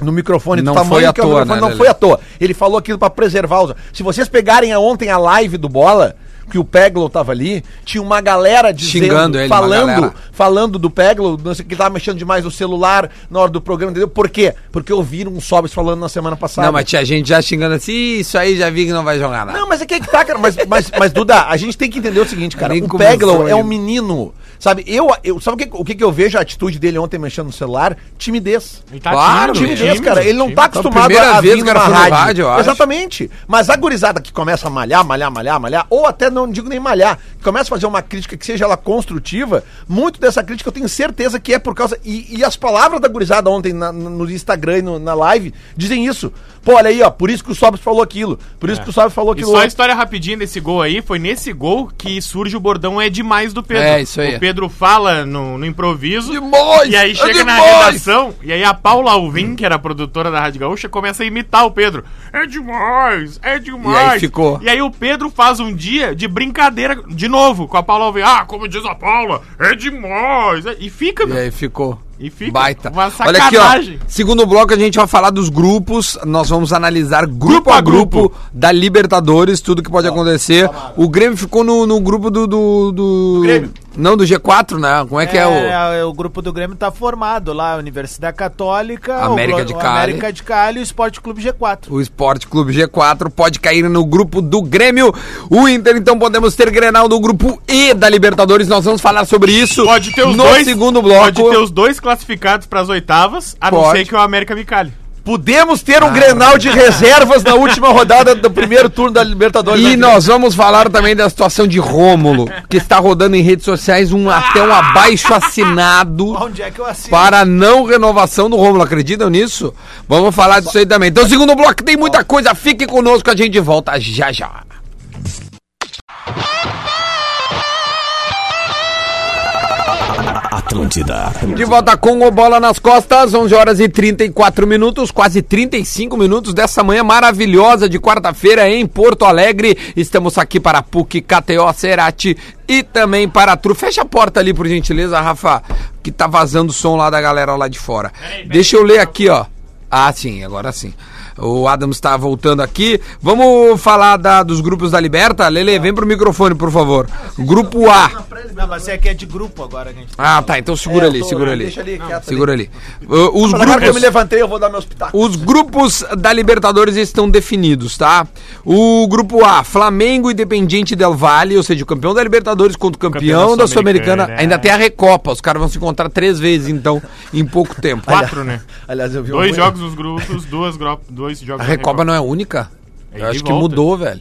[SPEAKER 5] no microfone
[SPEAKER 2] Não
[SPEAKER 5] do tamanho
[SPEAKER 2] foi à
[SPEAKER 5] que é o
[SPEAKER 2] toa,
[SPEAKER 5] microfone,
[SPEAKER 2] né,
[SPEAKER 5] não
[SPEAKER 2] Lelê?
[SPEAKER 5] foi à toa. Ele falou aquilo pra preservar os. Se vocês pegarem a- ontem a live do Bola, que o Peglo tava ali, tinha uma galera dizendo,
[SPEAKER 2] Xingando ele, uma galera.
[SPEAKER 5] falando, falando do Peglo, não sei o que ele tava mexendo demais no celular na hora do programa, entendeu? Por quê? Porque ouviram um Sobis falando na semana passada.
[SPEAKER 2] Não, mas tinha gente já xingando assim, "Ih, isso aí já vi que não vai jogar nada.
[SPEAKER 5] Não, mas é que é que tá, cara. Mas, mas, mas Duda, a gente tem que entender o seguinte, cara.
[SPEAKER 2] Nem
[SPEAKER 5] o
[SPEAKER 2] começou
[SPEAKER 5] Peglow é
[SPEAKER 2] ainda.
[SPEAKER 5] um menino. Sabe, eu, eu sabe o que, o que que eu vejo a atitude dele ontem mexendo no celular? Timidez.
[SPEAKER 3] Ele tá
[SPEAKER 2] Claro,
[SPEAKER 3] tímido,
[SPEAKER 5] Time
[SPEAKER 2] Timidez,
[SPEAKER 5] Deus,
[SPEAKER 3] tímido,
[SPEAKER 5] cara. Ele não tá
[SPEAKER 3] tímido.
[SPEAKER 5] acostumado
[SPEAKER 2] primeira vez
[SPEAKER 5] vir
[SPEAKER 2] o cara
[SPEAKER 5] numa
[SPEAKER 2] foi no rádio, eu acho.
[SPEAKER 5] Exatamente. Mas a gurizada que começa a malhar, malhar, malhar, malhar, ou até não digo nem malhar, que começa a fazer uma crítica que seja ela construtiva, muito dessa crítica eu tenho certeza que é por causa. E, e as palavras da gurizada ontem na- no Instagram e no- na live dizem isso. Pô, olha aí, ó, por isso que o Sobs falou aquilo. Por
[SPEAKER 2] É.
[SPEAKER 5] isso que o Sobs falou
[SPEAKER 3] E
[SPEAKER 5] aquilo.
[SPEAKER 3] só a
[SPEAKER 5] outro.
[SPEAKER 3] história rapidinha desse gol aí, foi nesse gol que surge o bordão é demais do Pedro.
[SPEAKER 2] É, isso aí.
[SPEAKER 3] O Pedro Pedro fala no, no improviso.
[SPEAKER 2] Demais!
[SPEAKER 3] E aí chega
[SPEAKER 2] é
[SPEAKER 3] na
[SPEAKER 2] demais!
[SPEAKER 3] redação, e aí a Paula Alvim, que era a produtora da Rádio Gaúcha, começa a imitar o Pedro. É demais, é demais.
[SPEAKER 2] E aí ficou.
[SPEAKER 3] E aí o Pedro faz um dia de brincadeira de novo com a Paula Alvim. Ah, como diz a Paula, é demais. E fica,
[SPEAKER 2] E
[SPEAKER 3] meu.
[SPEAKER 2] aí ficou.
[SPEAKER 3] E fica
[SPEAKER 2] Baita.
[SPEAKER 3] uma
[SPEAKER 2] Olha aqui,
[SPEAKER 3] sacanagem.
[SPEAKER 2] ó. Segundo bloco, a gente vai falar dos grupos. Nós vamos analisar grupo, a
[SPEAKER 3] a
[SPEAKER 2] grupo,
[SPEAKER 3] grupo.
[SPEAKER 2] da Libertadores, tudo que pode acontecer. O Grêmio ficou no, no grupo do. Do, do-
[SPEAKER 3] Grêmio.
[SPEAKER 2] Não, do G4, né? Como é, que é o.
[SPEAKER 4] É, o grupo do Grêmio tá formado lá, Universidade Católica, o
[SPEAKER 2] América
[SPEAKER 4] Glo-
[SPEAKER 2] de
[SPEAKER 4] o
[SPEAKER 2] Cali.
[SPEAKER 4] América de Cali e o Esporte Clube G4.
[SPEAKER 2] O Esporte Clube G4 pode cair no grupo do Grêmio. O Inter, então, podemos ter Grenal no grupo E da Libertadores. Nós vamos falar sobre isso
[SPEAKER 3] Pode ter os
[SPEAKER 2] no
[SPEAKER 3] dois.
[SPEAKER 2] segundo bloco.
[SPEAKER 3] Pode ter os dois classificados pras oitavas, a não
[SPEAKER 2] Pode.
[SPEAKER 3] ser que o América me cale.
[SPEAKER 5] Podemos ter um
[SPEAKER 2] Ah.
[SPEAKER 5] Grenal de reservas na última rodada do primeiro turno da Libertadores.
[SPEAKER 2] E nós vamos falar também da situação de Rômulo, que está rodando em redes sociais um até um abaixo assinado
[SPEAKER 4] Onde é que eu assino?
[SPEAKER 2] para a não renovação do Rômulo. Acreditam nisso? Vamos falar disso aí também. Então, segundo bloco, tem muita coisa. Fique conosco, a gente volta já já.
[SPEAKER 1] Atlântida,
[SPEAKER 2] De volta com o Bola nas Costas, 11 horas e 34 minutos, quase 35 minutos dessa manhã maravilhosa de quarta-feira em Porto Alegre. Estamos aqui para a PUC, KTO, Cerati e também para a Tru. Fecha a porta ali, por gentileza, Rafa, que tá vazando o som lá da galera lá de fora. Deixa eu ler aqui, ó. Ah, sim, agora sim. O Adams está voltando aqui. Vamos falar da- dos grupos da Liberta? Lele, vem pro microfone, por favor. Grupo A.
[SPEAKER 4] Não, mas é que é de grupo agora que a gente
[SPEAKER 2] Ah, tá, então
[SPEAKER 4] É,
[SPEAKER 2] segura ali,
[SPEAKER 4] né,
[SPEAKER 2] segura ali.
[SPEAKER 5] Deixa ali, quieto
[SPEAKER 2] Segura ali. Uh, os,
[SPEAKER 5] Agora que eu me
[SPEAKER 2] grupos,
[SPEAKER 5] levantei, eu vou dar meus pitacos.
[SPEAKER 2] os grupos da Libertadores estão definidos, tá? O grupo A, Flamengo Independiente Del Valle, ou seja, o campeão da Libertadores contra o campeão,
[SPEAKER 3] Campeão da
[SPEAKER 2] da Sul-Americana.
[SPEAKER 3] Sul-Americana. é.
[SPEAKER 2] Ainda tem a Recopa, os caras vão se encontrar três vezes, então, em pouco tempo.
[SPEAKER 3] Quatro, né?
[SPEAKER 5] Aliás, eu vi
[SPEAKER 3] Dois
[SPEAKER 5] um-
[SPEAKER 3] jogos nos grupos, duas gro... dois jogos.
[SPEAKER 2] A
[SPEAKER 3] na
[SPEAKER 2] Recopa não é única?
[SPEAKER 3] É
[SPEAKER 2] Eu
[SPEAKER 3] de
[SPEAKER 2] acho que
[SPEAKER 3] volta.
[SPEAKER 2] mudou, velho.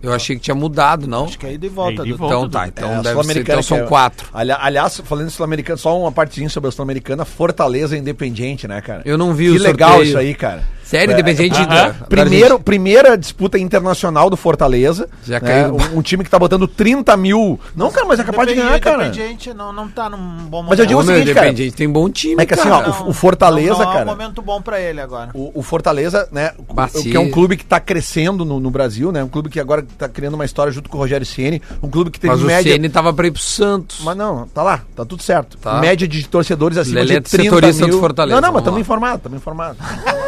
[SPEAKER 2] Eu achei que tinha mudado, não?
[SPEAKER 4] acho que é ida e volta.
[SPEAKER 3] É ida e
[SPEAKER 4] Dudu.
[SPEAKER 3] volta.
[SPEAKER 2] Então tá,
[SPEAKER 3] Dudu.
[SPEAKER 2] então
[SPEAKER 5] É, a
[SPEAKER 2] deve ser.
[SPEAKER 5] Sul-Americana
[SPEAKER 2] Então são
[SPEAKER 5] que é-
[SPEAKER 2] quatro.
[SPEAKER 5] Ali- aliás, falando em Sul-Americana, só uma partezinha sobre a Sul-Americana, Fortaleza e Independiente, né, cara?
[SPEAKER 2] Eu não vi
[SPEAKER 5] que
[SPEAKER 2] o
[SPEAKER 5] Que legal
[SPEAKER 2] sorteio.
[SPEAKER 5] isso aí, cara.
[SPEAKER 2] Sério,
[SPEAKER 5] É,
[SPEAKER 2] Independiente da- da
[SPEAKER 5] Primeiro, primeira disputa internacional do Fortaleza.
[SPEAKER 2] Já
[SPEAKER 5] né?
[SPEAKER 2] caiu.
[SPEAKER 5] Um, um time que tá botando 30 mil. Não, cara, mas é capaz de ganhar, cara.
[SPEAKER 4] Independiente não, não tá num bom momento.
[SPEAKER 5] Mas eu digo
[SPEAKER 2] Ô,
[SPEAKER 5] o
[SPEAKER 2] meu,
[SPEAKER 5] seguinte, cara.
[SPEAKER 2] Independiente tem bom time,
[SPEAKER 5] É que assim, ó,
[SPEAKER 2] cara.
[SPEAKER 5] o- Fortaleza,
[SPEAKER 4] Então, não, não
[SPEAKER 5] cara.
[SPEAKER 4] é um momento bom pra ele agora.
[SPEAKER 5] O, o Fortaleza, né?
[SPEAKER 2] Macia.
[SPEAKER 5] Que é um clube que tá crescendo no, no Brasil, né? Um clube que agora tá criando uma história junto com o Rogério Ceni, um clube que teve
[SPEAKER 2] Mas o
[SPEAKER 5] média.
[SPEAKER 2] CN tava pra ir pro Santos.
[SPEAKER 5] Mas não, tá lá, tá tudo certo.
[SPEAKER 2] Tá.
[SPEAKER 5] Média de torcedores acima
[SPEAKER 2] Lelê é
[SPEAKER 5] de 30
[SPEAKER 2] setorista
[SPEAKER 5] mil.
[SPEAKER 2] do Fortaleza,
[SPEAKER 5] Não, não, mas
[SPEAKER 2] vamos
[SPEAKER 5] estamos
[SPEAKER 2] lá.
[SPEAKER 5] informados, estamos informados.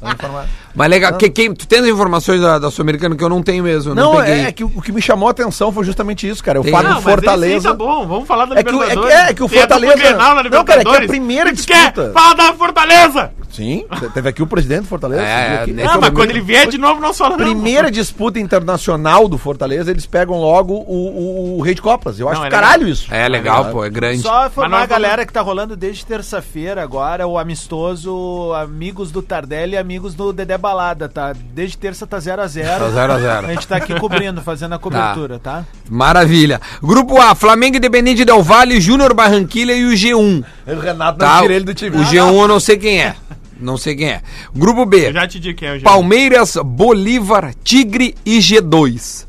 [SPEAKER 5] Tamo informado.
[SPEAKER 2] Mas legal, que, que, tu tens as informações da, da Sul-Americana que eu não tenho mesmo, eu não,
[SPEAKER 5] Não,
[SPEAKER 2] peguei.
[SPEAKER 5] é, é que o o que me chamou a atenção foi justamente isso, cara. É O
[SPEAKER 2] Tem-
[SPEAKER 5] fato
[SPEAKER 3] Não,
[SPEAKER 5] do
[SPEAKER 3] mas esse aí
[SPEAKER 5] Fortaleza...
[SPEAKER 3] tá bom, vamos falar da
[SPEAKER 5] É que o- é que-
[SPEAKER 3] Libertadores.
[SPEAKER 5] é que o
[SPEAKER 3] Tem a dupla
[SPEAKER 5] Fortaleza-
[SPEAKER 3] Grenal na
[SPEAKER 5] Não, cara, é que é a
[SPEAKER 3] Libertadores.
[SPEAKER 5] primeira
[SPEAKER 3] E tu
[SPEAKER 5] disputa.
[SPEAKER 3] Quer? Fala da Fortaleza!
[SPEAKER 5] Sim, teve aqui o presidente do Fortaleza.
[SPEAKER 2] É,
[SPEAKER 5] teve aqui.
[SPEAKER 2] né,
[SPEAKER 5] Esse
[SPEAKER 3] Ah,
[SPEAKER 5] o
[SPEAKER 3] mas
[SPEAKER 5] momento.
[SPEAKER 3] quando ele vier de novo, nós falamos.
[SPEAKER 5] Primeira disputa internacional do Fortaleza, eles pegam logo o, o, o Rei de Copas. Eu acho
[SPEAKER 3] Não, é
[SPEAKER 5] do caralho isso.
[SPEAKER 2] É
[SPEAKER 5] Ah,
[SPEAKER 2] legal, pô, é grande.
[SPEAKER 4] Só
[SPEAKER 3] nós
[SPEAKER 4] informar a
[SPEAKER 3] vamos-
[SPEAKER 4] galera que tá rolando desde terça-feira agora, o amistoso Amigos do Tardelli e Amigos do Dedé Balada, tá? Desde terça tá 0x0.
[SPEAKER 2] Tá 0 a 0.
[SPEAKER 4] A gente tá aqui cobrindo, fazendo a cobertura, tá?
[SPEAKER 2] Maravilha. Grupo A, Flamengo Independente Del Valle, Júnior Barranquilha e o G1.
[SPEAKER 5] O Renato
[SPEAKER 2] Tá?
[SPEAKER 5] tira ele do time. Ah,
[SPEAKER 2] O G1 eu não sei quem é. Não sei quem é. Grupo B,
[SPEAKER 3] Eu já te digo quem é o Palmeiras.
[SPEAKER 2] Palmeiras, Bolívar, Tigre e G2.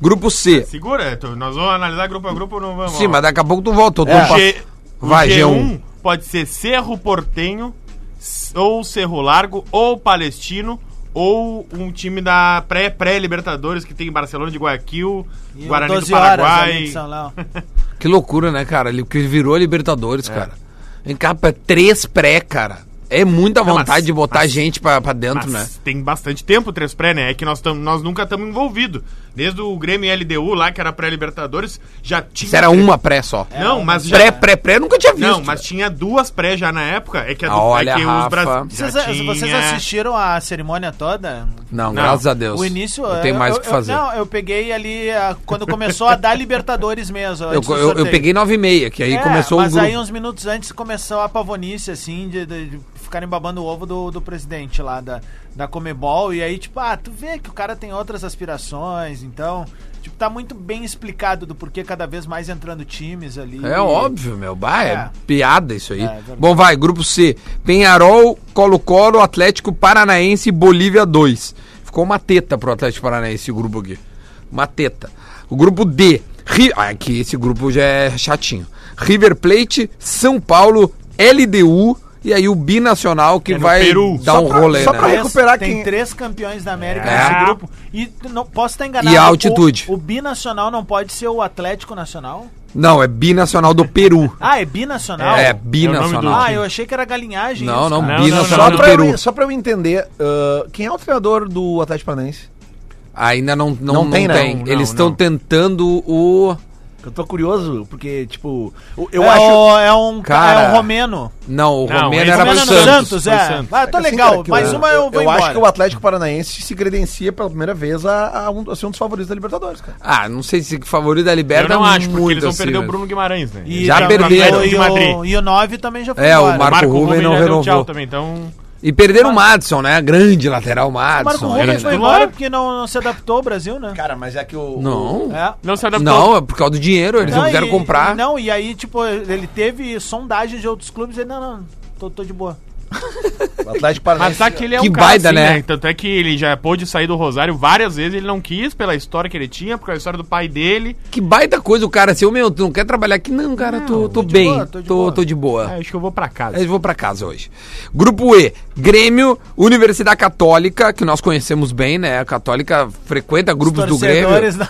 [SPEAKER 2] Grupo
[SPEAKER 3] Assim
[SPEAKER 2] C.
[SPEAKER 3] Segura, tu- nós vamos analisar grupo a grupo não vamos?
[SPEAKER 2] Sim,
[SPEAKER 3] ó.
[SPEAKER 2] mas daqui a pouco tu
[SPEAKER 5] É.
[SPEAKER 2] volta. eu tô um
[SPEAKER 3] O
[SPEAKER 2] pa-
[SPEAKER 3] G... o
[SPEAKER 2] Vai,
[SPEAKER 3] G1 pode ser Cerro Portenho, s- ou Cerro Largo, ou Palestino, ou um time da pré- pré-Libertadores que tem Barcelona de Guayaquil,
[SPEAKER 4] E
[SPEAKER 3] Guarani do
[SPEAKER 4] 12 horas,
[SPEAKER 3] Paraguai.
[SPEAKER 4] ali de São Léo.
[SPEAKER 2] Que loucura, né, cara? Ele que virou a
[SPEAKER 5] É.
[SPEAKER 2] Libertadores, cara. Vem cá, pra três pré, cara. É muita
[SPEAKER 3] Não, mas-
[SPEAKER 2] vontade de botar gente pra, pra dentro, né?
[SPEAKER 3] Mas tem bastante tempo o 3 pré, né? É que nós, tam, nós nunca estamos envolvidos. Desde o Grêmio LDU lá, que era pré-Libertadores, já tinha.
[SPEAKER 2] Isso era uma pré só.
[SPEAKER 4] É,
[SPEAKER 3] Não, mas já.
[SPEAKER 2] Pré, pré, pré, eu nunca tinha visto.
[SPEAKER 3] Não, mas tinha duas pré já na época. É que a
[SPEAKER 2] Ah, olha,
[SPEAKER 3] é que
[SPEAKER 2] Rafa.
[SPEAKER 3] Brasil.
[SPEAKER 4] Vocês, vocês assistiram a cerimônia toda?
[SPEAKER 2] Não,
[SPEAKER 3] Não.
[SPEAKER 2] graças a é. Deus.
[SPEAKER 4] O início.
[SPEAKER 2] Não tem
[SPEAKER 4] eu-
[SPEAKER 2] mais o
[SPEAKER 4] eu-
[SPEAKER 2] que fazer.
[SPEAKER 4] Eu,
[SPEAKER 2] Eu,
[SPEAKER 4] não, eu peguei ali ah, quando começou a dar Libertadores mesmo. antes do
[SPEAKER 2] eu, eu
[SPEAKER 4] sorteio.
[SPEAKER 2] peguei nove e meia, que aí
[SPEAKER 4] É,
[SPEAKER 2] começou o
[SPEAKER 4] mas
[SPEAKER 2] grupo.
[SPEAKER 4] aí uns minutos antes começou a pavonice, assim, de, de- de ficarem babando o ovo do, do presidente lá da, da Comebol. E aí, tipo, ah, tu vê que o cara tem outras aspirações, então... Tipo, tá muito bem explicado do porquê cada vez mais entrando times ali.
[SPEAKER 2] É óbvio, meu. Bah, é,
[SPEAKER 4] É.
[SPEAKER 2] piada isso aí.
[SPEAKER 4] É, é verdade.
[SPEAKER 2] Bom, vai, grupo C. Penharol, Colo-Colo, Atlético Paranaense e Bolívia 2. Ficou uma teta pro Atlético Paranaense esse grupo aqui. Uma teta. O grupo D. Ri- Ah, Aqui esse grupo já é chatinho. River Plate, São Paulo, LDU e aí o Binacional que
[SPEAKER 3] no
[SPEAKER 2] vai
[SPEAKER 3] Peru.
[SPEAKER 2] dar um rolê,
[SPEAKER 5] só
[SPEAKER 2] né?
[SPEAKER 5] pra- recuperar
[SPEAKER 4] tem
[SPEAKER 5] quem-
[SPEAKER 4] três campeões da América
[SPEAKER 2] É.
[SPEAKER 4] nesse grupo. E tu não posso estar enganado.
[SPEAKER 2] E a altitude.
[SPEAKER 4] O, o binacional não pode ser o Atlético Nacional?
[SPEAKER 2] Não, é Binacional do Peru.
[SPEAKER 4] Ah, é binacional?
[SPEAKER 2] É,
[SPEAKER 3] É o nome
[SPEAKER 2] Binacional.
[SPEAKER 4] Ah, eu achei que era galinhagem.
[SPEAKER 2] Não,
[SPEAKER 4] isso,
[SPEAKER 2] não,
[SPEAKER 4] cara.
[SPEAKER 3] não,
[SPEAKER 2] Binacional
[SPEAKER 3] não,
[SPEAKER 2] do
[SPEAKER 3] não.
[SPEAKER 5] Pra
[SPEAKER 2] Peru.
[SPEAKER 5] eu, só pra eu entender, ah, quem é o treinador do Atlético Paranaense?
[SPEAKER 2] Ainda não, não,
[SPEAKER 5] Não
[SPEAKER 2] não tem,
[SPEAKER 5] tem, não,
[SPEAKER 3] não,
[SPEAKER 2] Eles estão
[SPEAKER 3] não.
[SPEAKER 2] tentando o.
[SPEAKER 5] Eu tô curioso, porque, tipo, eu, eu
[SPEAKER 4] é,
[SPEAKER 5] acho.
[SPEAKER 4] o- é um
[SPEAKER 2] Cara,
[SPEAKER 4] é um romeno.
[SPEAKER 2] Não, o
[SPEAKER 3] Não,
[SPEAKER 2] Romero
[SPEAKER 3] esse
[SPEAKER 2] era
[SPEAKER 3] não
[SPEAKER 2] pro
[SPEAKER 3] era
[SPEAKER 4] Romeno
[SPEAKER 3] no
[SPEAKER 2] Santos.
[SPEAKER 3] Santos.
[SPEAKER 4] é.
[SPEAKER 3] Foi Santos.
[SPEAKER 4] Ah, tô
[SPEAKER 5] Assim,
[SPEAKER 4] legal.
[SPEAKER 5] cara, que
[SPEAKER 4] mais
[SPEAKER 5] o-
[SPEAKER 4] uma eu vou
[SPEAKER 5] Eu
[SPEAKER 4] embora.
[SPEAKER 5] acho que o Atlético Paranaense se credencia pela primeira vez a, a um, a ser um dos favoritos da Libertadores, cara.
[SPEAKER 2] Ah, não sei se favorito da
[SPEAKER 3] Eu
[SPEAKER 2] Liberta
[SPEAKER 3] não acho, porque
[SPEAKER 2] muito
[SPEAKER 3] eles vão
[SPEAKER 2] assim,
[SPEAKER 3] perder o
[SPEAKER 2] mas-
[SPEAKER 3] Bruno Guimarães, né?
[SPEAKER 4] E
[SPEAKER 2] Já
[SPEAKER 4] o-
[SPEAKER 2] perderam.
[SPEAKER 4] E
[SPEAKER 3] de Madrid.
[SPEAKER 4] o, e o 9 também já foi
[SPEAKER 2] É, o
[SPEAKER 4] embora.
[SPEAKER 2] Mar- Marco Ruben não
[SPEAKER 3] já deu
[SPEAKER 2] renovou.
[SPEAKER 3] também, então...
[SPEAKER 2] E perderam o Madison, né? Grande lateral Madison.
[SPEAKER 4] O Marco
[SPEAKER 2] aí,
[SPEAKER 4] Rubens
[SPEAKER 2] né?
[SPEAKER 4] foi embora porque não, não se adaptou ao Brasil, né?
[SPEAKER 5] Cara, mas é que o.
[SPEAKER 2] Não.
[SPEAKER 4] É.
[SPEAKER 3] Não se adaptou.
[SPEAKER 2] Não, é por causa do dinheiro, eles não,
[SPEAKER 4] Não,
[SPEAKER 2] quiseram
[SPEAKER 4] e-
[SPEAKER 2] comprar.
[SPEAKER 4] e Não, e aí, tipo, ele teve sondagem de outros clubes e ele, não, não, tô, tô de boa.
[SPEAKER 5] O Atlético
[SPEAKER 3] Mas
[SPEAKER 5] Paranaense.
[SPEAKER 3] tá que ele é
[SPEAKER 2] Que
[SPEAKER 3] um cara
[SPEAKER 2] baita,
[SPEAKER 3] assim,
[SPEAKER 2] né?
[SPEAKER 3] Tanto é que ele já pôde sair do Rosário várias vezes, ele não quis pela história que ele tinha, por causa da história do pai dele.
[SPEAKER 2] Que baita coisa o cara, assim, ô meu, tu não quer trabalhar aqui? Não, cara, tô, tô
[SPEAKER 4] de
[SPEAKER 2] bem,
[SPEAKER 4] boa,
[SPEAKER 2] tô,
[SPEAKER 4] tô de
[SPEAKER 2] tô,
[SPEAKER 4] boa.
[SPEAKER 2] de boa.
[SPEAKER 3] É, acho que eu vou pra casa.
[SPEAKER 2] Eu vou pra casa hoje. Grupo E, Grêmio, Universidade Católica, que nós conhecemos bem, né? A Católica frequenta grupos do Grêmio.
[SPEAKER 4] torcedores da,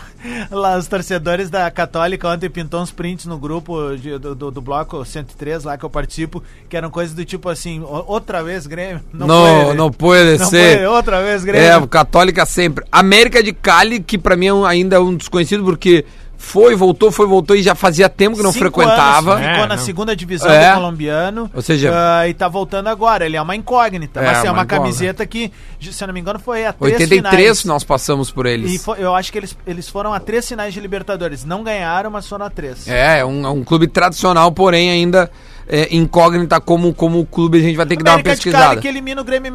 [SPEAKER 4] lá, os torcedores da Católica ontem pintou uns prints no grupo de- do, do, do bloco 103 lá que eu participo, que eram coisas do tipo assim, "O- outra vez Grêmio.
[SPEAKER 2] Não, não pode
[SPEAKER 4] Não oh,
[SPEAKER 2] ser.
[SPEAKER 4] pode, outra vez Grêmio.
[SPEAKER 2] É, o Católica sempre. América de Cali, que pra mim é um- ainda é um desconhecido, porque foi, voltou, foi, voltou e já fazia tempo que não
[SPEAKER 4] Cinco
[SPEAKER 2] frequentava.
[SPEAKER 4] anos né? ficou
[SPEAKER 3] É,
[SPEAKER 4] na
[SPEAKER 3] não.
[SPEAKER 4] segunda divisão
[SPEAKER 2] É.
[SPEAKER 4] do colombiano.
[SPEAKER 2] Ou seja-
[SPEAKER 4] ah, e tá voltando agora. Ele é uma incógnita.
[SPEAKER 2] É,
[SPEAKER 4] mas é
[SPEAKER 2] uma
[SPEAKER 4] uma
[SPEAKER 2] incógnita.
[SPEAKER 4] camiseta que, se eu não me engano, foi a três
[SPEAKER 2] 83
[SPEAKER 4] finais.
[SPEAKER 2] nós passamos por eles.
[SPEAKER 4] E foi- eu acho que eles, eles foram a três finais de Libertadores. Não ganharam, mas foram a três.
[SPEAKER 2] É, é um, é um clube tradicional, porém ainda é, incógnita como, como clube a gente vai ter que dar uma
[SPEAKER 4] América de Cali
[SPEAKER 2] pesquisada.
[SPEAKER 4] que é elimina o Grêmio em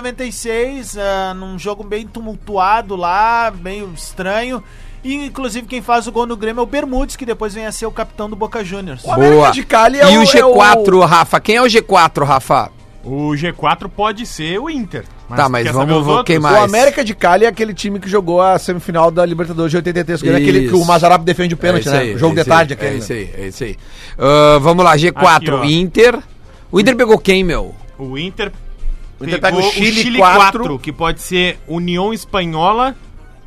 [SPEAKER 4] 1996, ah, num jogo bem tumultuado lá, meio estranho. E, inclusive, quem faz o gol no Grêmio é o Bermudes, que depois vem a ser o capitão do Boca Juniors.
[SPEAKER 5] O América de Cali é
[SPEAKER 2] e o
[SPEAKER 5] o- é o-
[SPEAKER 2] G4, Rafa. Quem é o G4, Rafa?
[SPEAKER 3] O G4 pode ser o Inter.
[SPEAKER 2] Tá,
[SPEAKER 3] tu
[SPEAKER 2] mas
[SPEAKER 3] quer
[SPEAKER 2] vamos-
[SPEAKER 3] saber os
[SPEAKER 2] vou
[SPEAKER 3] outros?
[SPEAKER 2] queimar.
[SPEAKER 5] O
[SPEAKER 2] Mas-
[SPEAKER 5] América de Cali é aquele time que jogou a semifinal da Libertadores de 83, que era aquele que
[SPEAKER 2] Isso.
[SPEAKER 5] o Mazarap defende o pênalti,
[SPEAKER 2] isso
[SPEAKER 5] né?
[SPEAKER 2] aí,
[SPEAKER 5] O jogo
[SPEAKER 2] é
[SPEAKER 5] de
[SPEAKER 2] isso aí,
[SPEAKER 5] tarde aquele.
[SPEAKER 2] É isso aí, é isso aí. Ah, vamos lá, G4,
[SPEAKER 3] Aqui, ó.
[SPEAKER 2] Inter. O Inter pegou quem, meu?
[SPEAKER 3] O Inter,
[SPEAKER 5] O Inter
[SPEAKER 3] pegou
[SPEAKER 5] pega o Chile
[SPEAKER 3] quatro,
[SPEAKER 5] 4,
[SPEAKER 3] que pode ser União Espanhola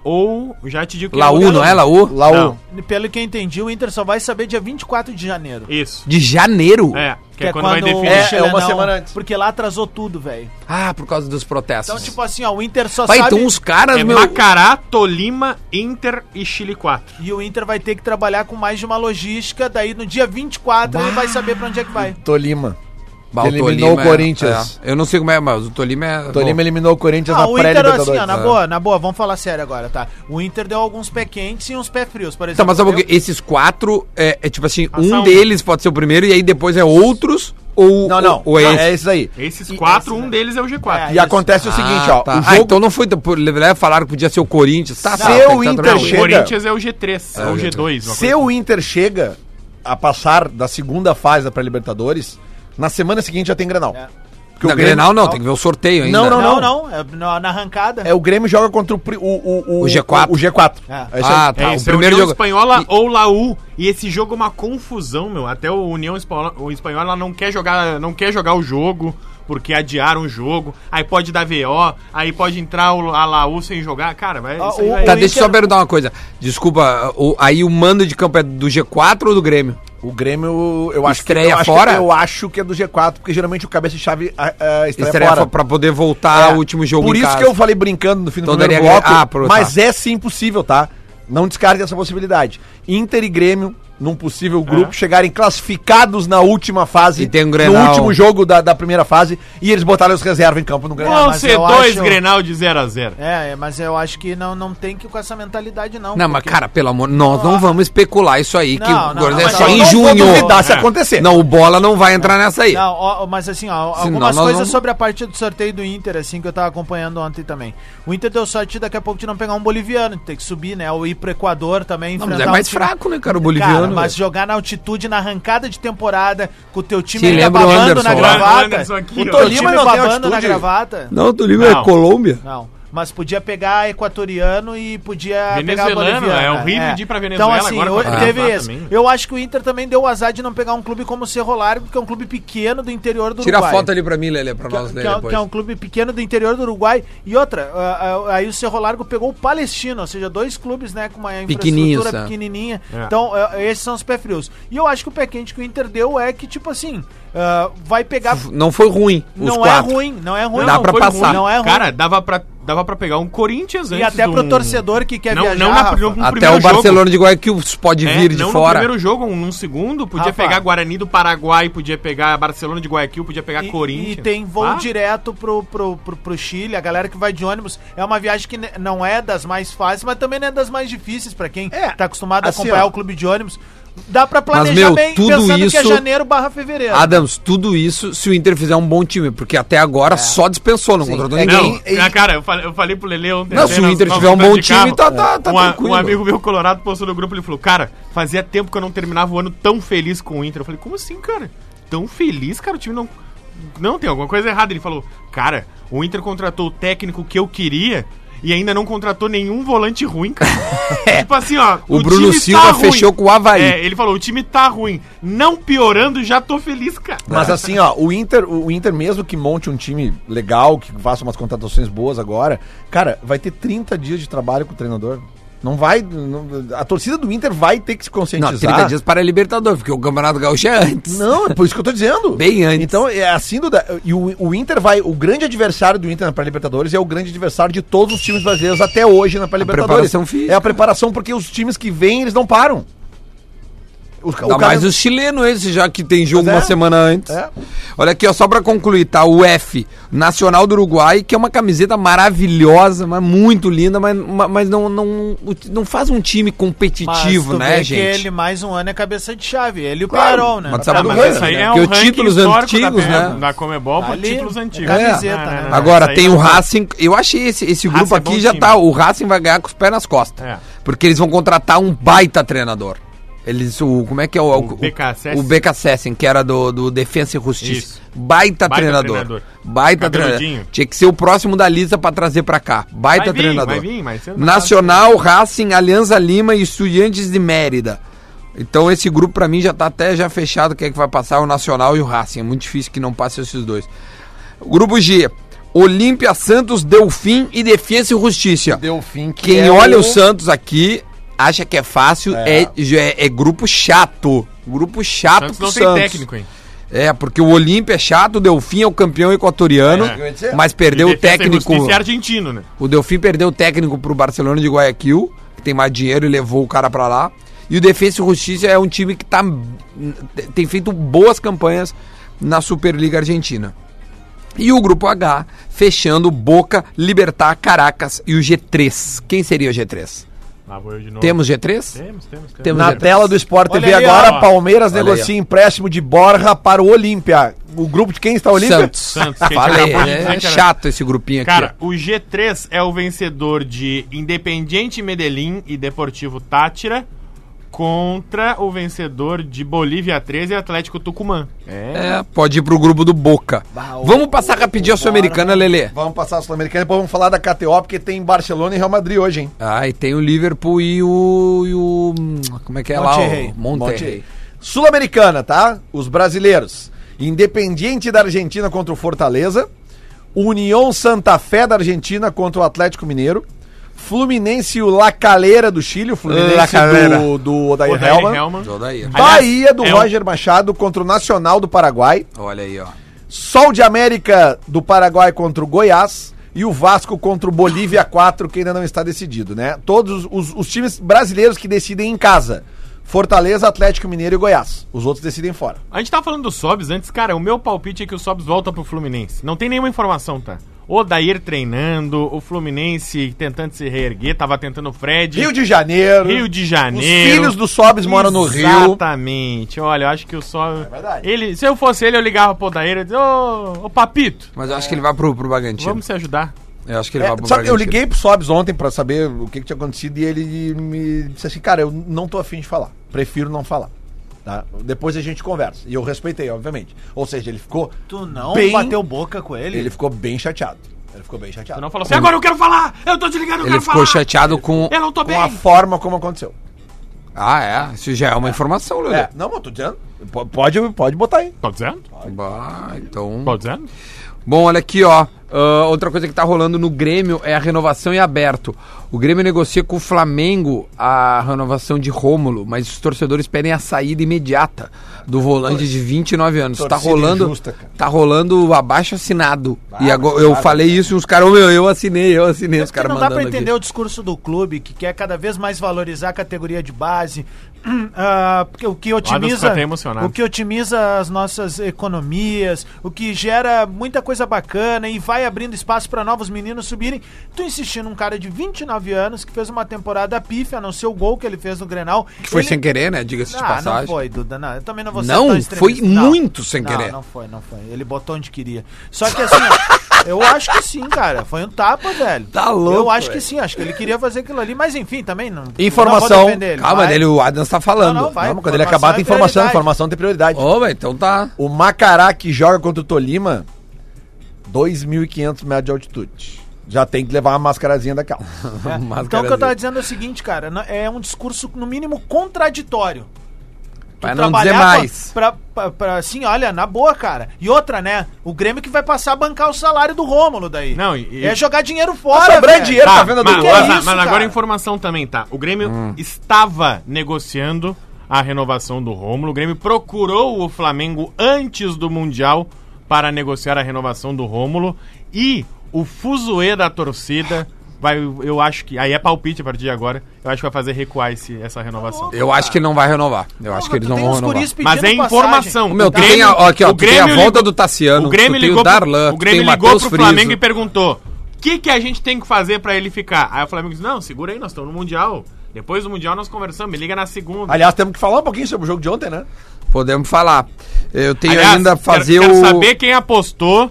[SPEAKER 3] ou, já te digo que...
[SPEAKER 2] Laú, não é Laú?
[SPEAKER 5] Lá
[SPEAKER 3] Não.
[SPEAKER 5] o.
[SPEAKER 4] E Pelo que eu entendi, o Inter só vai saber dia 24 de janeiro.
[SPEAKER 3] Isso.
[SPEAKER 2] De janeiro?
[SPEAKER 3] É, que, é, quando, vai definir. um.
[SPEAKER 5] É,
[SPEAKER 4] o Chile
[SPEAKER 5] é uma
[SPEAKER 4] não,
[SPEAKER 5] semana antes.
[SPEAKER 4] Porque lá atrasou tudo, velho.
[SPEAKER 2] Ah, por causa dos protestos.
[SPEAKER 4] Então, tipo assim, ó, o Inter só
[SPEAKER 2] Pai,
[SPEAKER 4] sabe...
[SPEAKER 2] então os caras,
[SPEAKER 3] É
[SPEAKER 2] meu...
[SPEAKER 3] Macará, Tolima, Inter e Chile 4.
[SPEAKER 4] E o Inter vai ter que trabalhar com mais de uma logística, daí no dia 24 ele vai saber pra onde é que vai.
[SPEAKER 5] Tolima.
[SPEAKER 2] Tá Bah,
[SPEAKER 5] Eliminou o
[SPEAKER 2] é-
[SPEAKER 5] Corinthians.
[SPEAKER 2] é. Eu não sei como é, mas o Tolima é...
[SPEAKER 5] O Tolima
[SPEAKER 2] bom.
[SPEAKER 5] eliminou o Corinthians
[SPEAKER 4] Ah,
[SPEAKER 5] na
[SPEAKER 4] o Inter, assim,
[SPEAKER 5] pré-Libertadores.
[SPEAKER 4] ó, na boa, na boa, vamos falar sério agora, tá? O Inter deu alguns pé quentes e uns pé frios, por exemplo.
[SPEAKER 2] Tá, mas sabe o
[SPEAKER 4] eu-
[SPEAKER 2] quê? esses quatro, é, é tipo assim, um
[SPEAKER 3] Passar um.
[SPEAKER 2] deles pode ser o primeiro e aí depois é outros ou...
[SPEAKER 5] Não, não.
[SPEAKER 2] Ou, ou é
[SPEAKER 5] é,
[SPEAKER 2] esse?
[SPEAKER 5] isso aí.
[SPEAKER 3] Esses quatro, um deles é o G4.
[SPEAKER 5] E acontece o
[SPEAKER 2] Ah,
[SPEAKER 5] seguinte, ó.
[SPEAKER 2] tá.
[SPEAKER 5] O
[SPEAKER 2] Ah,
[SPEAKER 5] jogo
[SPEAKER 2] então não foi... Por, né, falaram que podia ser o Corinthians. Tá,
[SPEAKER 5] Se o
[SPEAKER 2] tá, tem que tá
[SPEAKER 5] Inter
[SPEAKER 2] tranquilo.
[SPEAKER 3] O
[SPEAKER 5] chega-
[SPEAKER 3] Corinthians é o G3, é, o G2. uma
[SPEAKER 5] Se
[SPEAKER 3] coisa
[SPEAKER 5] o Inter chega a passar da segunda fase da pré-Libertadores, na semana seguinte já tem Grenal.
[SPEAKER 4] É.
[SPEAKER 5] Porque
[SPEAKER 2] Não,
[SPEAKER 5] o Grêmio,
[SPEAKER 2] Grenal não, tem que ver o sorteio ainda.
[SPEAKER 5] Não, não,
[SPEAKER 4] Não, não, é na, na arrancada.
[SPEAKER 5] É, o Grêmio joga contra o, pri- o, o,
[SPEAKER 2] O G4.
[SPEAKER 5] O G4.
[SPEAKER 4] É.
[SPEAKER 5] isso
[SPEAKER 2] Ah,
[SPEAKER 5] aí.
[SPEAKER 2] tá.
[SPEAKER 3] É,
[SPEAKER 2] o
[SPEAKER 3] isso, é
[SPEAKER 2] primeiro
[SPEAKER 3] União
[SPEAKER 2] jogo...
[SPEAKER 3] Espanhola ou Laú. E esse jogo é uma confusão, meu. Até o União Espanhola, o Espanhola não quer jogar, não quer jogar o jogo porque adiaram o jogo. Aí pode dar VO, aí pode entrar o, a Laú sem jogar. Cara, vai,
[SPEAKER 4] Ah,
[SPEAKER 3] isso aí
[SPEAKER 4] o-
[SPEAKER 3] vai-
[SPEAKER 2] Tá, deixa eu só
[SPEAKER 4] Inter-
[SPEAKER 2] perguntar uma coisa. Desculpa, o- aí o mando de campo é do G4 ou do Grêmio?
[SPEAKER 5] É, O Grêmio, eu acho
[SPEAKER 2] Estreia
[SPEAKER 5] que eu acho
[SPEAKER 2] fora?
[SPEAKER 5] que- eu acho que é do G4, porque geralmente o cabeça de chave a- a estreia,
[SPEAKER 2] Estreia
[SPEAKER 5] fora.
[SPEAKER 2] pra poder voltar ao último jogo
[SPEAKER 5] É. Por
[SPEAKER 2] em
[SPEAKER 5] isso
[SPEAKER 2] casa.
[SPEAKER 5] que eu falei brincando no fim do
[SPEAKER 2] Então
[SPEAKER 5] primeiro
[SPEAKER 2] daria-
[SPEAKER 5] bloco,
[SPEAKER 2] ah, pro-
[SPEAKER 5] mas
[SPEAKER 2] tá.
[SPEAKER 5] é sim possível, tá? Não descarte essa possibilidade. Inter e Grêmio, num possível grupo, chegarem classificados na última fase,
[SPEAKER 2] E tem um Grenal.
[SPEAKER 5] no último jogo da, da primeira fase, e eles botaram os reservas em campo no Grenal.
[SPEAKER 3] Vão
[SPEAKER 4] mas
[SPEAKER 3] ser
[SPEAKER 4] eu
[SPEAKER 3] dois
[SPEAKER 4] acho-
[SPEAKER 3] Grenal de 0x0.
[SPEAKER 4] É, é, mas eu acho que não, não tem que ir com essa mentalidade, não.
[SPEAKER 2] Não, mas
[SPEAKER 4] porque-
[SPEAKER 2] cara, pelo amor, nós não vamos especular isso aí, que
[SPEAKER 4] um Não,
[SPEAKER 2] o
[SPEAKER 4] não,
[SPEAKER 2] Gordon é
[SPEAKER 4] mas
[SPEAKER 2] só
[SPEAKER 4] eu
[SPEAKER 2] em
[SPEAKER 4] não
[SPEAKER 5] vou
[SPEAKER 2] junho.
[SPEAKER 5] duvidar se
[SPEAKER 2] É.
[SPEAKER 5] acontecer.
[SPEAKER 2] Não, o Bola não vai entrar nessa aí.
[SPEAKER 4] Não, ó, ó, mas assim, ó,
[SPEAKER 2] Senão
[SPEAKER 4] algumas
[SPEAKER 2] nós
[SPEAKER 4] coisas
[SPEAKER 2] vamos-
[SPEAKER 4] sobre a parte do sorteio do Inter, assim, que eu tava acompanhando ontem também. O Inter deu sorte daqui a pouco de não pegar um boliviano, tem que subir, né? Ou ir pro Equador também.
[SPEAKER 2] Não, mas é
[SPEAKER 4] enfrentar um
[SPEAKER 2] mais
[SPEAKER 4] time-
[SPEAKER 2] fraco, né, cara, o
[SPEAKER 4] Cara,
[SPEAKER 2] boliviano.
[SPEAKER 4] mas
[SPEAKER 2] velho.
[SPEAKER 4] jogar na altitude, na arrancada de temporada, com o teu time
[SPEAKER 2] Sim,
[SPEAKER 4] ainda
[SPEAKER 2] lembra o
[SPEAKER 4] babando
[SPEAKER 2] Anderson
[SPEAKER 4] na
[SPEAKER 2] lá.
[SPEAKER 4] gravata.
[SPEAKER 3] Anderson aqui,
[SPEAKER 4] o
[SPEAKER 3] ó.
[SPEAKER 4] teu
[SPEAKER 5] Tolima
[SPEAKER 4] time
[SPEAKER 5] não tem
[SPEAKER 4] babando na
[SPEAKER 5] altitude.
[SPEAKER 4] gravata.
[SPEAKER 2] Não, o Tolima é
[SPEAKER 3] Não.
[SPEAKER 2] Colômbia.
[SPEAKER 4] Não. Mas podia pegar equatoriano e podia pegar
[SPEAKER 3] Venezuelano,
[SPEAKER 4] boliviano. né?
[SPEAKER 3] é horrível de ir pra Venezuela
[SPEAKER 4] Então, assim,
[SPEAKER 3] agora
[SPEAKER 4] eu-
[SPEAKER 3] pra
[SPEAKER 4] teve
[SPEAKER 3] gravar
[SPEAKER 4] esse.
[SPEAKER 3] também.
[SPEAKER 4] Eu acho que o Inter também deu o azar de não pegar um clube como o Cerro Largo, que é um clube pequeno do interior do
[SPEAKER 2] Tira a
[SPEAKER 4] Uruguai.
[SPEAKER 2] foto ali pra mim, Lelê, pra nós
[SPEAKER 4] que,
[SPEAKER 2] ler
[SPEAKER 4] é, que
[SPEAKER 2] depois.
[SPEAKER 4] é um clube pequeno do interior do Uruguai. E outra, ah, ah, aí o Cerro Largo pegou o Palestino, ou seja, dois clubes né, com uma
[SPEAKER 2] Pequenininhos,
[SPEAKER 4] infraestrutura
[SPEAKER 2] né?
[SPEAKER 4] pequenininha.
[SPEAKER 3] É.
[SPEAKER 4] Então, ah, esses são os pé frios. E eu acho que o pé quente que o Inter deu é que, tipo assim, ah, vai pegar.
[SPEAKER 2] Não foi ruim os
[SPEAKER 4] Não
[SPEAKER 2] quatro.
[SPEAKER 4] é ruim, não é ruim.
[SPEAKER 2] Dá
[SPEAKER 4] não,
[SPEAKER 2] pra
[SPEAKER 4] foi
[SPEAKER 2] passar.
[SPEAKER 4] ruim, Não é ruim.
[SPEAKER 3] Cara, dava pra, dava pra pegar um Corinthians
[SPEAKER 4] e
[SPEAKER 3] antes
[SPEAKER 4] até
[SPEAKER 3] de
[SPEAKER 4] pro
[SPEAKER 3] um-
[SPEAKER 4] torcedor que quer
[SPEAKER 3] Não,
[SPEAKER 4] viajar.
[SPEAKER 3] não na-
[SPEAKER 4] Rafa.
[SPEAKER 3] não- no
[SPEAKER 2] Até
[SPEAKER 3] primeiro
[SPEAKER 2] o Barcelona
[SPEAKER 3] jogo.
[SPEAKER 2] de Guayaquil pode
[SPEAKER 3] É,
[SPEAKER 2] vir de
[SPEAKER 3] não
[SPEAKER 2] fora.
[SPEAKER 3] no primeiro jogo, um, num segundo, podia
[SPEAKER 4] Rafa.
[SPEAKER 3] pegar Guarani do Paraguai, podia pegar Barcelona de Guayaquil, podia pegar
[SPEAKER 4] E-
[SPEAKER 3] Corinthians.
[SPEAKER 4] E tem voo
[SPEAKER 3] Ah,
[SPEAKER 4] direto pro, pro, pro, pro Chile, a galera que vai de ônibus. É uma viagem que ne- não é das mais fáceis, mas também não é das mais difíceis pra quem
[SPEAKER 5] É,
[SPEAKER 4] tá acostumado
[SPEAKER 5] assim,
[SPEAKER 4] a acompanhar
[SPEAKER 5] ó.
[SPEAKER 4] o clube de ônibus. Dá pra planejar
[SPEAKER 2] meu,
[SPEAKER 4] bem,
[SPEAKER 2] tudo
[SPEAKER 4] pensando que é
[SPEAKER 2] isso-
[SPEAKER 4] janeiro barra fevereiro.
[SPEAKER 2] Adams, tudo isso se o Inter fizer um bom time, porque até agora só dispensou, não contratou
[SPEAKER 5] É,
[SPEAKER 2] ninguém.
[SPEAKER 3] Não,
[SPEAKER 5] Ninguém-
[SPEAKER 3] ah, cara, eu falei, eu falei pro Lele ontem.
[SPEAKER 2] Não,
[SPEAKER 3] até
[SPEAKER 2] se o
[SPEAKER 3] nas-
[SPEAKER 2] Inter
[SPEAKER 3] nas
[SPEAKER 2] tiver um
[SPEAKER 3] voltas
[SPEAKER 2] bom
[SPEAKER 3] de
[SPEAKER 2] time,
[SPEAKER 3] carro,
[SPEAKER 2] tá- tá- tá
[SPEAKER 3] um, a-
[SPEAKER 2] tranquilo.
[SPEAKER 3] Um amigo meu colorado postou no grupo, ele falou, cara, fazia tempo que eu não terminava o ano tão feliz com o Inter. Eu falei, como assim, cara? Tão feliz, cara? O time não... Não, tem alguma coisa errada. Ele falou, cara, o Inter contratou o técnico que eu queria... E ainda não contratou nenhum volante ruim, cara. tipo assim, ó.
[SPEAKER 2] É. O Bruno Silva fechou com o Avaí.
[SPEAKER 3] É, ele falou: o time tá ruim. Não piorando, já tô feliz, cara.
[SPEAKER 5] Mas assim, ó, o Inter, o Inter mesmo que monte um time legal, que faça umas contratações boas agora, cara, vai ter 30 dias de trabalho com o treinador. Não vai. não- a torcida do Inter vai ter que se
[SPEAKER 2] Não,
[SPEAKER 5] conscientizar.
[SPEAKER 2] 30 dias para a Libertadores, porque o Campeonato Gaúcho é antes.
[SPEAKER 5] Não, é por isso que eu tô dizendo.
[SPEAKER 2] Bem antes.
[SPEAKER 5] Então, é assim do. da- E o, o Inter vai. O grande adversário do Inter na pré-Libertadores é o grande adversário de todos os times brasileiros até hoje na pré-Libertadores.
[SPEAKER 2] preparação física.
[SPEAKER 5] É a preparação, porque os times que vêm, eles não param. Os,
[SPEAKER 2] Ainda mais Ah, os chilenos esse, já que tem jogo
[SPEAKER 5] é Mas é.
[SPEAKER 2] uma semana antes.
[SPEAKER 5] É.
[SPEAKER 2] Olha aqui, ó, só pra concluir, tá? O F, Nacional do Uruguai, que é uma camiseta maravilhosa, mas muito linda, mas, ma- mas não, não, não faz um time
[SPEAKER 4] Mas
[SPEAKER 2] competitivo,
[SPEAKER 4] tu
[SPEAKER 2] né,
[SPEAKER 4] vê
[SPEAKER 2] gente?
[SPEAKER 4] Que ele mais um ano é cabeça de chave. Ele e o
[SPEAKER 5] Claro,
[SPEAKER 4] Peron, né?
[SPEAKER 2] mas sabe
[SPEAKER 5] do
[SPEAKER 3] mas
[SPEAKER 5] Rei,
[SPEAKER 3] isso aí
[SPEAKER 5] né?
[SPEAKER 3] é
[SPEAKER 2] Porque
[SPEAKER 3] um
[SPEAKER 2] os
[SPEAKER 3] ranking
[SPEAKER 2] títulos
[SPEAKER 3] histórico
[SPEAKER 2] antigos,
[SPEAKER 3] da,
[SPEAKER 2] né?
[SPEAKER 3] da Comebol por
[SPEAKER 4] Ali,
[SPEAKER 3] títulos
[SPEAKER 4] é
[SPEAKER 3] antigos.
[SPEAKER 4] camiseta,
[SPEAKER 3] Não,
[SPEAKER 4] né?
[SPEAKER 3] não, não,
[SPEAKER 2] Agora,
[SPEAKER 3] isso aí é um
[SPEAKER 2] tem
[SPEAKER 3] não
[SPEAKER 2] o Racing. Eu achei esse, esse grupo
[SPEAKER 3] Racing é
[SPEAKER 2] aqui
[SPEAKER 3] bom
[SPEAKER 2] já
[SPEAKER 3] time.
[SPEAKER 2] tá. O Racing vai ganhar com os pés nas costas.
[SPEAKER 3] É.
[SPEAKER 2] Porque eles vão contratar um baita treinador. Eles, o, como é que é o. O,
[SPEAKER 3] BKSS?
[SPEAKER 2] O BKSS, que era do, do Defensa e Justiça.
[SPEAKER 3] Isso.
[SPEAKER 2] Baita,
[SPEAKER 3] Baita
[SPEAKER 2] treinador.
[SPEAKER 3] treinador.
[SPEAKER 2] Baita treinador.
[SPEAKER 3] Cabeludinho.
[SPEAKER 2] Tinha que ser o próximo da lista pra trazer pra cá. Baita
[SPEAKER 3] Vai vir,
[SPEAKER 2] treinador.
[SPEAKER 3] vai vir, mas tá sendo
[SPEAKER 2] Nacional, Racing, Alianza Lima e Estudiantes de Mérida. Então esse grupo pra mim já tá até já fechado quem é que vai passar o Nacional e o Racing. É muito difícil que não passe esses dois. Grupo G. Olímpia, Santos, Delfim e Defensa e Justiça.
[SPEAKER 5] Delfim, que
[SPEAKER 2] Quem
[SPEAKER 5] é
[SPEAKER 2] olha o...
[SPEAKER 5] o
[SPEAKER 2] Santos aqui acha que é fácil, é,
[SPEAKER 5] É.
[SPEAKER 2] é- é grupo chato. Grupo
[SPEAKER 3] O
[SPEAKER 2] chato
[SPEAKER 3] Santos
[SPEAKER 2] pro
[SPEAKER 3] não tem
[SPEAKER 2] Santos.
[SPEAKER 3] técnico, hein?
[SPEAKER 2] É, porque o Olímpia é chato, o Delfim é o campeão equatoriano,
[SPEAKER 5] É.
[SPEAKER 2] mas perdeu o
[SPEAKER 3] Defensa e
[SPEAKER 2] técnico.
[SPEAKER 3] Justiça é argentino, né?
[SPEAKER 2] O Delfim perdeu o técnico pro Barcelona de Guayaquil, que tem mais dinheiro e levou o cara pra lá. E o Defensa e Justiça é um time que tá, tem feito boas campanhas na Superliga Argentina. E o grupo H, fechando Boca, Libertar, Caracas e o G3. Quem seria o G3?
[SPEAKER 3] Lá vou eu de novo.
[SPEAKER 2] Temos G3?
[SPEAKER 3] Temos, temos, temos.
[SPEAKER 2] Temos
[SPEAKER 5] Na
[SPEAKER 2] G3.
[SPEAKER 5] tela do Sport
[SPEAKER 4] Olha
[SPEAKER 5] TV
[SPEAKER 4] ali,
[SPEAKER 5] agora,
[SPEAKER 3] ó.
[SPEAKER 5] Palmeiras
[SPEAKER 2] Olha
[SPEAKER 5] negocia empréstimo de Borra para o Olímpia. O grupo de quem está o Olímpia?
[SPEAKER 2] Santos.
[SPEAKER 3] Santos, que a gente
[SPEAKER 2] Falei,
[SPEAKER 3] acabou de dizer
[SPEAKER 2] é
[SPEAKER 3] que era-
[SPEAKER 2] chato esse grupinho aqui.
[SPEAKER 3] Cara, o G3 é o vencedor de Independiente Medellín e Deportivo Tátira contra o vencedor de Bolívia 13 e Atlético Tucumã.
[SPEAKER 2] É, pode ir pro grupo do Boca. Vamos passar rapidinho a Sul-Americana, Lelê.
[SPEAKER 5] Vamos passar a Sul-Americana e depois vamos falar da KTO, porque tem Barcelona e Real Madrid hoje, hein?
[SPEAKER 2] Ah, e tem o Liverpool e o. E o hum, como é que é lá?
[SPEAKER 4] Monterrey.
[SPEAKER 2] O Monterrey.
[SPEAKER 5] Sul-Americana, tá? Os brasileiros. Independiente da Argentina contra o Fortaleza. União Santa Fé da Argentina contra o Atlético Mineiro. Fluminense e o La Calera do Chile, o
[SPEAKER 2] La
[SPEAKER 5] Fluminense
[SPEAKER 2] Calera.
[SPEAKER 5] do, do Odair
[SPEAKER 3] Odair
[SPEAKER 5] Helman.
[SPEAKER 3] Hellman.
[SPEAKER 2] Daí.
[SPEAKER 5] Bahia do
[SPEAKER 3] Aliás, é um-
[SPEAKER 5] Roger Machado contra o Nacional do Paraguai.
[SPEAKER 2] Olha aí, ó.
[SPEAKER 5] Sol de América do Paraguai contra o Goiás e o Vasco contra o Bolívia 4, que ainda não está decidido, né? Todos os, os times brasileiros que decidem em casa. Fortaleza, Atlético Mineiro e Goiás. Os outros decidem fora.
[SPEAKER 3] A gente tava falando do Sobs antes, cara. O meu palpite é que o Sobs volta pro Fluminense. Não tem nenhuma informação, tá? O Dair treinando, o Fluminense tentando se reerguer, tava tentando o Fred.
[SPEAKER 5] Rio de Janeiro.
[SPEAKER 3] Rio de Janeiro.
[SPEAKER 5] Os filhos do Sobes moram no Rio. É
[SPEAKER 3] Exatamente. Olha, eu acho que o só.
[SPEAKER 5] verdade.
[SPEAKER 3] ele, se eu fosse ele, eu ligava pro Daíra e dizia: Ô, ô Papito,
[SPEAKER 2] Mas eu acho que ele vai pro, pro Bragantino.
[SPEAKER 3] vamos se ajudar.
[SPEAKER 2] Eu acho que ele
[SPEAKER 5] É,
[SPEAKER 2] vai pro
[SPEAKER 5] sabe, eu
[SPEAKER 2] Bragantino.
[SPEAKER 5] liguei pro Sobes ontem pra saber o que, que tinha acontecido e ele me disse assim, cara, eu não tô afim de falar. Prefiro não falar. Tá? Depois a gente conversa. E eu respeitei, obviamente. Ou seja, ele ficou
[SPEAKER 4] Tu não
[SPEAKER 5] Bem-
[SPEAKER 4] bateu boca com ele?
[SPEAKER 5] Ele ficou bem chateado. Ele ficou bem chateado.
[SPEAKER 3] Tu não falou assim, agora eu quero falar! Eu tô te ligando, eu
[SPEAKER 2] Ele
[SPEAKER 3] quero
[SPEAKER 2] ficou
[SPEAKER 3] falar!
[SPEAKER 2] chateado com.
[SPEAKER 3] Eu não tô bem!
[SPEAKER 5] Com a forma como aconteceu.
[SPEAKER 2] Ah, é? Isso já é uma informação,
[SPEAKER 5] É,
[SPEAKER 2] Lelê.
[SPEAKER 5] não, eu tô dizendo. P- Pode, pode botar aí.
[SPEAKER 3] Tô dizendo?
[SPEAKER 2] Bah, então.
[SPEAKER 3] Tô dizendo?
[SPEAKER 2] Bom, olha aqui, ó. Ah, outra coisa que tá rolando no Grêmio é a renovação em aberto. O Grêmio negocia com o Flamengo a renovação de Rômulo, mas os torcedores pedem a saída imediata do volante de 29 anos. Tá
[SPEAKER 5] torcida
[SPEAKER 2] rolando,
[SPEAKER 5] injusta, cara.
[SPEAKER 2] tá rolando abaixo assinado.
[SPEAKER 5] Ah,
[SPEAKER 2] e agora
[SPEAKER 5] mas
[SPEAKER 2] eu
[SPEAKER 5] claro.
[SPEAKER 2] falei isso e os caras, "Ô, meu, eu assinei, eu assinei, os
[SPEAKER 4] É Porque
[SPEAKER 2] caras
[SPEAKER 4] não dá
[SPEAKER 2] mandando
[SPEAKER 4] pra entender
[SPEAKER 2] aqui.
[SPEAKER 4] o discurso do clube que quer cada vez mais valorizar a categoria de base, ah, porque o que
[SPEAKER 3] ficou
[SPEAKER 4] otimiza,
[SPEAKER 3] até emocionado.
[SPEAKER 4] o que otimiza as nossas economias, o que gera muita coisa bacana e vai abrindo espaço pra novos meninos subirem. Tu insistindo um cara de 29 anos que fez uma temporada pífia, a não ser o gol que ele fez no Grenal.
[SPEAKER 2] Que foi
[SPEAKER 4] Ele-
[SPEAKER 2] sem querer, né? Diga-se de
[SPEAKER 4] ah,
[SPEAKER 2] passagem.
[SPEAKER 4] não foi, Duda. Não, eu também não vou
[SPEAKER 2] Não,
[SPEAKER 4] extremista.
[SPEAKER 2] foi muito sem
[SPEAKER 4] não,
[SPEAKER 2] querer.
[SPEAKER 4] Não, foi, não foi. Ele botou onde queria. Só que assim, ó, eu acho que sim, cara. Foi um tapa, velho.
[SPEAKER 2] Tá louco,
[SPEAKER 4] Eu acho
[SPEAKER 2] velho.
[SPEAKER 4] que sim, acho que ele queria fazer aquilo ali, mas enfim, também não. não
[SPEAKER 2] Informação.
[SPEAKER 4] vou defender ele,
[SPEAKER 2] Calma,
[SPEAKER 4] vai.
[SPEAKER 2] dele, o Adams tá falando.
[SPEAKER 4] Não, não, vai.
[SPEAKER 5] Não, mas quando ele
[SPEAKER 4] Informação
[SPEAKER 5] acabar, tem
[SPEAKER 4] é
[SPEAKER 5] informação.
[SPEAKER 4] prioridade.
[SPEAKER 5] Informação tem prioridade.
[SPEAKER 2] Ô, velho, então tá.
[SPEAKER 5] O Macará que joga contra o Tolima, 2.500 metros de altitude. Já tem que levar uma mascarazinha da calça.
[SPEAKER 4] É,
[SPEAKER 2] Mas,
[SPEAKER 4] Então o
[SPEAKER 2] cara,
[SPEAKER 4] que eu tava dizendo é o seguinte, cara, na- é um discurso, no mínimo, contraditório. Tu
[SPEAKER 2] Pra não
[SPEAKER 4] trabalhar
[SPEAKER 2] dizer
[SPEAKER 4] pra-
[SPEAKER 2] mais.
[SPEAKER 4] Pra, pra- pra- assim, olha, na boa, cara. E outra, né? O Grêmio que vai passar a bancar o salário do Rômulo daí.
[SPEAKER 3] Não, e- e-
[SPEAKER 4] É jogar dinheiro fora,
[SPEAKER 5] sobrando
[SPEAKER 4] velho.
[SPEAKER 5] dinheiro. Tá
[SPEAKER 3] Tá,
[SPEAKER 5] vendo a
[SPEAKER 3] mas,
[SPEAKER 5] dupla?
[SPEAKER 3] mas-
[SPEAKER 4] Que isso,
[SPEAKER 3] mas agora
[SPEAKER 4] cara?
[SPEAKER 3] a informação também, tá? O Grêmio estava negociando a renovação do Rômulo. O Grêmio procurou o Flamengo antes do Mundial para negociar a renovação do Rômulo. E o fuzuê da torcida vai, eu acho que... Aí é palpite a partir de agora. Eu acho que vai fazer recuar esse, essa
[SPEAKER 4] Tá
[SPEAKER 3] renovação.
[SPEAKER 2] Eu acho que ele não vai renovar. Eu acho que
[SPEAKER 4] Porra,
[SPEAKER 2] eles
[SPEAKER 4] tu
[SPEAKER 2] não
[SPEAKER 4] tem
[SPEAKER 2] vão
[SPEAKER 4] uns
[SPEAKER 2] renovar.
[SPEAKER 4] guris pedindo
[SPEAKER 3] Mas é
[SPEAKER 4] passagem.
[SPEAKER 3] informação.
[SPEAKER 2] Ô, meu, tu tem a- ó, aqui, ó, tu tem a volta do Tassiano,
[SPEAKER 3] O Grêmio
[SPEAKER 2] tu tem o
[SPEAKER 3] ligou,
[SPEAKER 2] Darlan,
[SPEAKER 3] pro,
[SPEAKER 2] tu
[SPEAKER 3] o
[SPEAKER 2] tem
[SPEAKER 3] Grêmio
[SPEAKER 2] o
[SPEAKER 3] ligou
[SPEAKER 2] Matheus
[SPEAKER 3] pro Flamengo
[SPEAKER 2] Friso.
[SPEAKER 3] e perguntou: o que, que a gente tem que fazer pra ele ficar? Aí o Flamengo disse: não, segura aí, nós estamos no Mundial. Depois do Mundial nós conversamos, me liga na segunda.
[SPEAKER 5] Aliás, temos que falar um pouquinho sobre o jogo de ontem, né?
[SPEAKER 2] Podemos falar. Eu tenho
[SPEAKER 3] Aliás,
[SPEAKER 2] ainda fazer
[SPEAKER 3] quero,
[SPEAKER 2] o.
[SPEAKER 3] quero saber quem apostou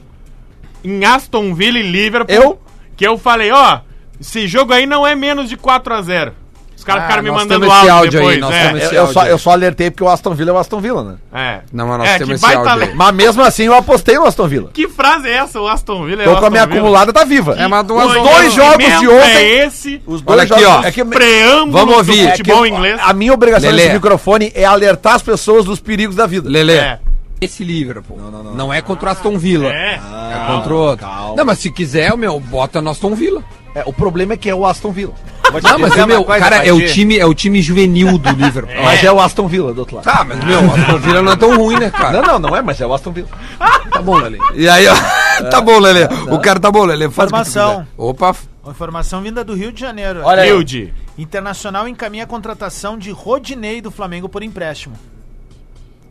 [SPEAKER 3] em Aston Villa e Liverpool.
[SPEAKER 5] Eu?
[SPEAKER 3] Que eu falei: ó, esse jogo aí não é menos de 4x0. Os caras
[SPEAKER 2] Ah,
[SPEAKER 3] ficaram me
[SPEAKER 2] nós
[SPEAKER 3] mandando
[SPEAKER 2] temos esse
[SPEAKER 3] áudio,
[SPEAKER 2] áudio aí,
[SPEAKER 3] depois.
[SPEAKER 2] nós
[SPEAKER 3] é,
[SPEAKER 2] temos
[SPEAKER 5] Eu,
[SPEAKER 2] Esse
[SPEAKER 5] eu
[SPEAKER 2] áudio
[SPEAKER 5] só,
[SPEAKER 2] aí.
[SPEAKER 5] eu só alertei porque o Aston Villa é o Aston Villa, né?
[SPEAKER 3] é.
[SPEAKER 2] Não, mas nós
[SPEAKER 3] é,
[SPEAKER 2] temos
[SPEAKER 3] que
[SPEAKER 2] esse
[SPEAKER 3] baita
[SPEAKER 2] áudio aí.
[SPEAKER 3] le-
[SPEAKER 5] Mas mesmo assim eu apostei no Aston Villa.
[SPEAKER 3] Que frase é essa? O Aston Villa é o
[SPEAKER 5] Então com
[SPEAKER 3] Aston
[SPEAKER 5] a minha
[SPEAKER 3] Villa.
[SPEAKER 5] acumulada tá viva.
[SPEAKER 2] É, mas do
[SPEAKER 3] Os
[SPEAKER 2] Aston-
[SPEAKER 5] dois jogos de ontem-
[SPEAKER 3] É esse. Os
[SPEAKER 2] Olha aqui, ó.
[SPEAKER 5] É que,
[SPEAKER 3] preâmbulos
[SPEAKER 2] Vamos ouvir.
[SPEAKER 3] do
[SPEAKER 5] é que
[SPEAKER 3] futebol
[SPEAKER 5] eu-
[SPEAKER 3] inglês.
[SPEAKER 5] A minha obrigação
[SPEAKER 2] Lelê.
[SPEAKER 5] nesse microfone é alertar as pessoas dos perigos da vida.
[SPEAKER 2] Lele,
[SPEAKER 3] É.
[SPEAKER 2] esse Liverpool não, é contra o Aston Villa.
[SPEAKER 3] É.
[SPEAKER 2] É contra o outro. Não, mas se quiser, meu, bota no Aston Villa.
[SPEAKER 5] É, o problema é que é o Aston Villa.
[SPEAKER 2] Não, mas
[SPEAKER 5] dizer
[SPEAKER 2] meu,
[SPEAKER 5] uma coisa,
[SPEAKER 2] cara, é o,
[SPEAKER 5] Pati.
[SPEAKER 2] time, é o time juvenil do Liverpool.
[SPEAKER 5] Mas é o Aston Villa do outro lado.
[SPEAKER 2] Tá, mas meu, o Aston Villa não é tão ruim, né, cara?
[SPEAKER 5] Não, não, não é, mas é o Aston Villa.
[SPEAKER 2] Tá bom, Lele. E aí, ó. Tá bom, Lele. O cara tá bom, Lele. Faz o que tu
[SPEAKER 4] Informação.
[SPEAKER 2] quiser. Opa.
[SPEAKER 4] Informação vinda do Rio de Janeiro.
[SPEAKER 5] Olha aí.
[SPEAKER 3] Hilde.
[SPEAKER 4] Internacional encaminha a contratação de Rodinei do Flamengo por empréstimo. Ah,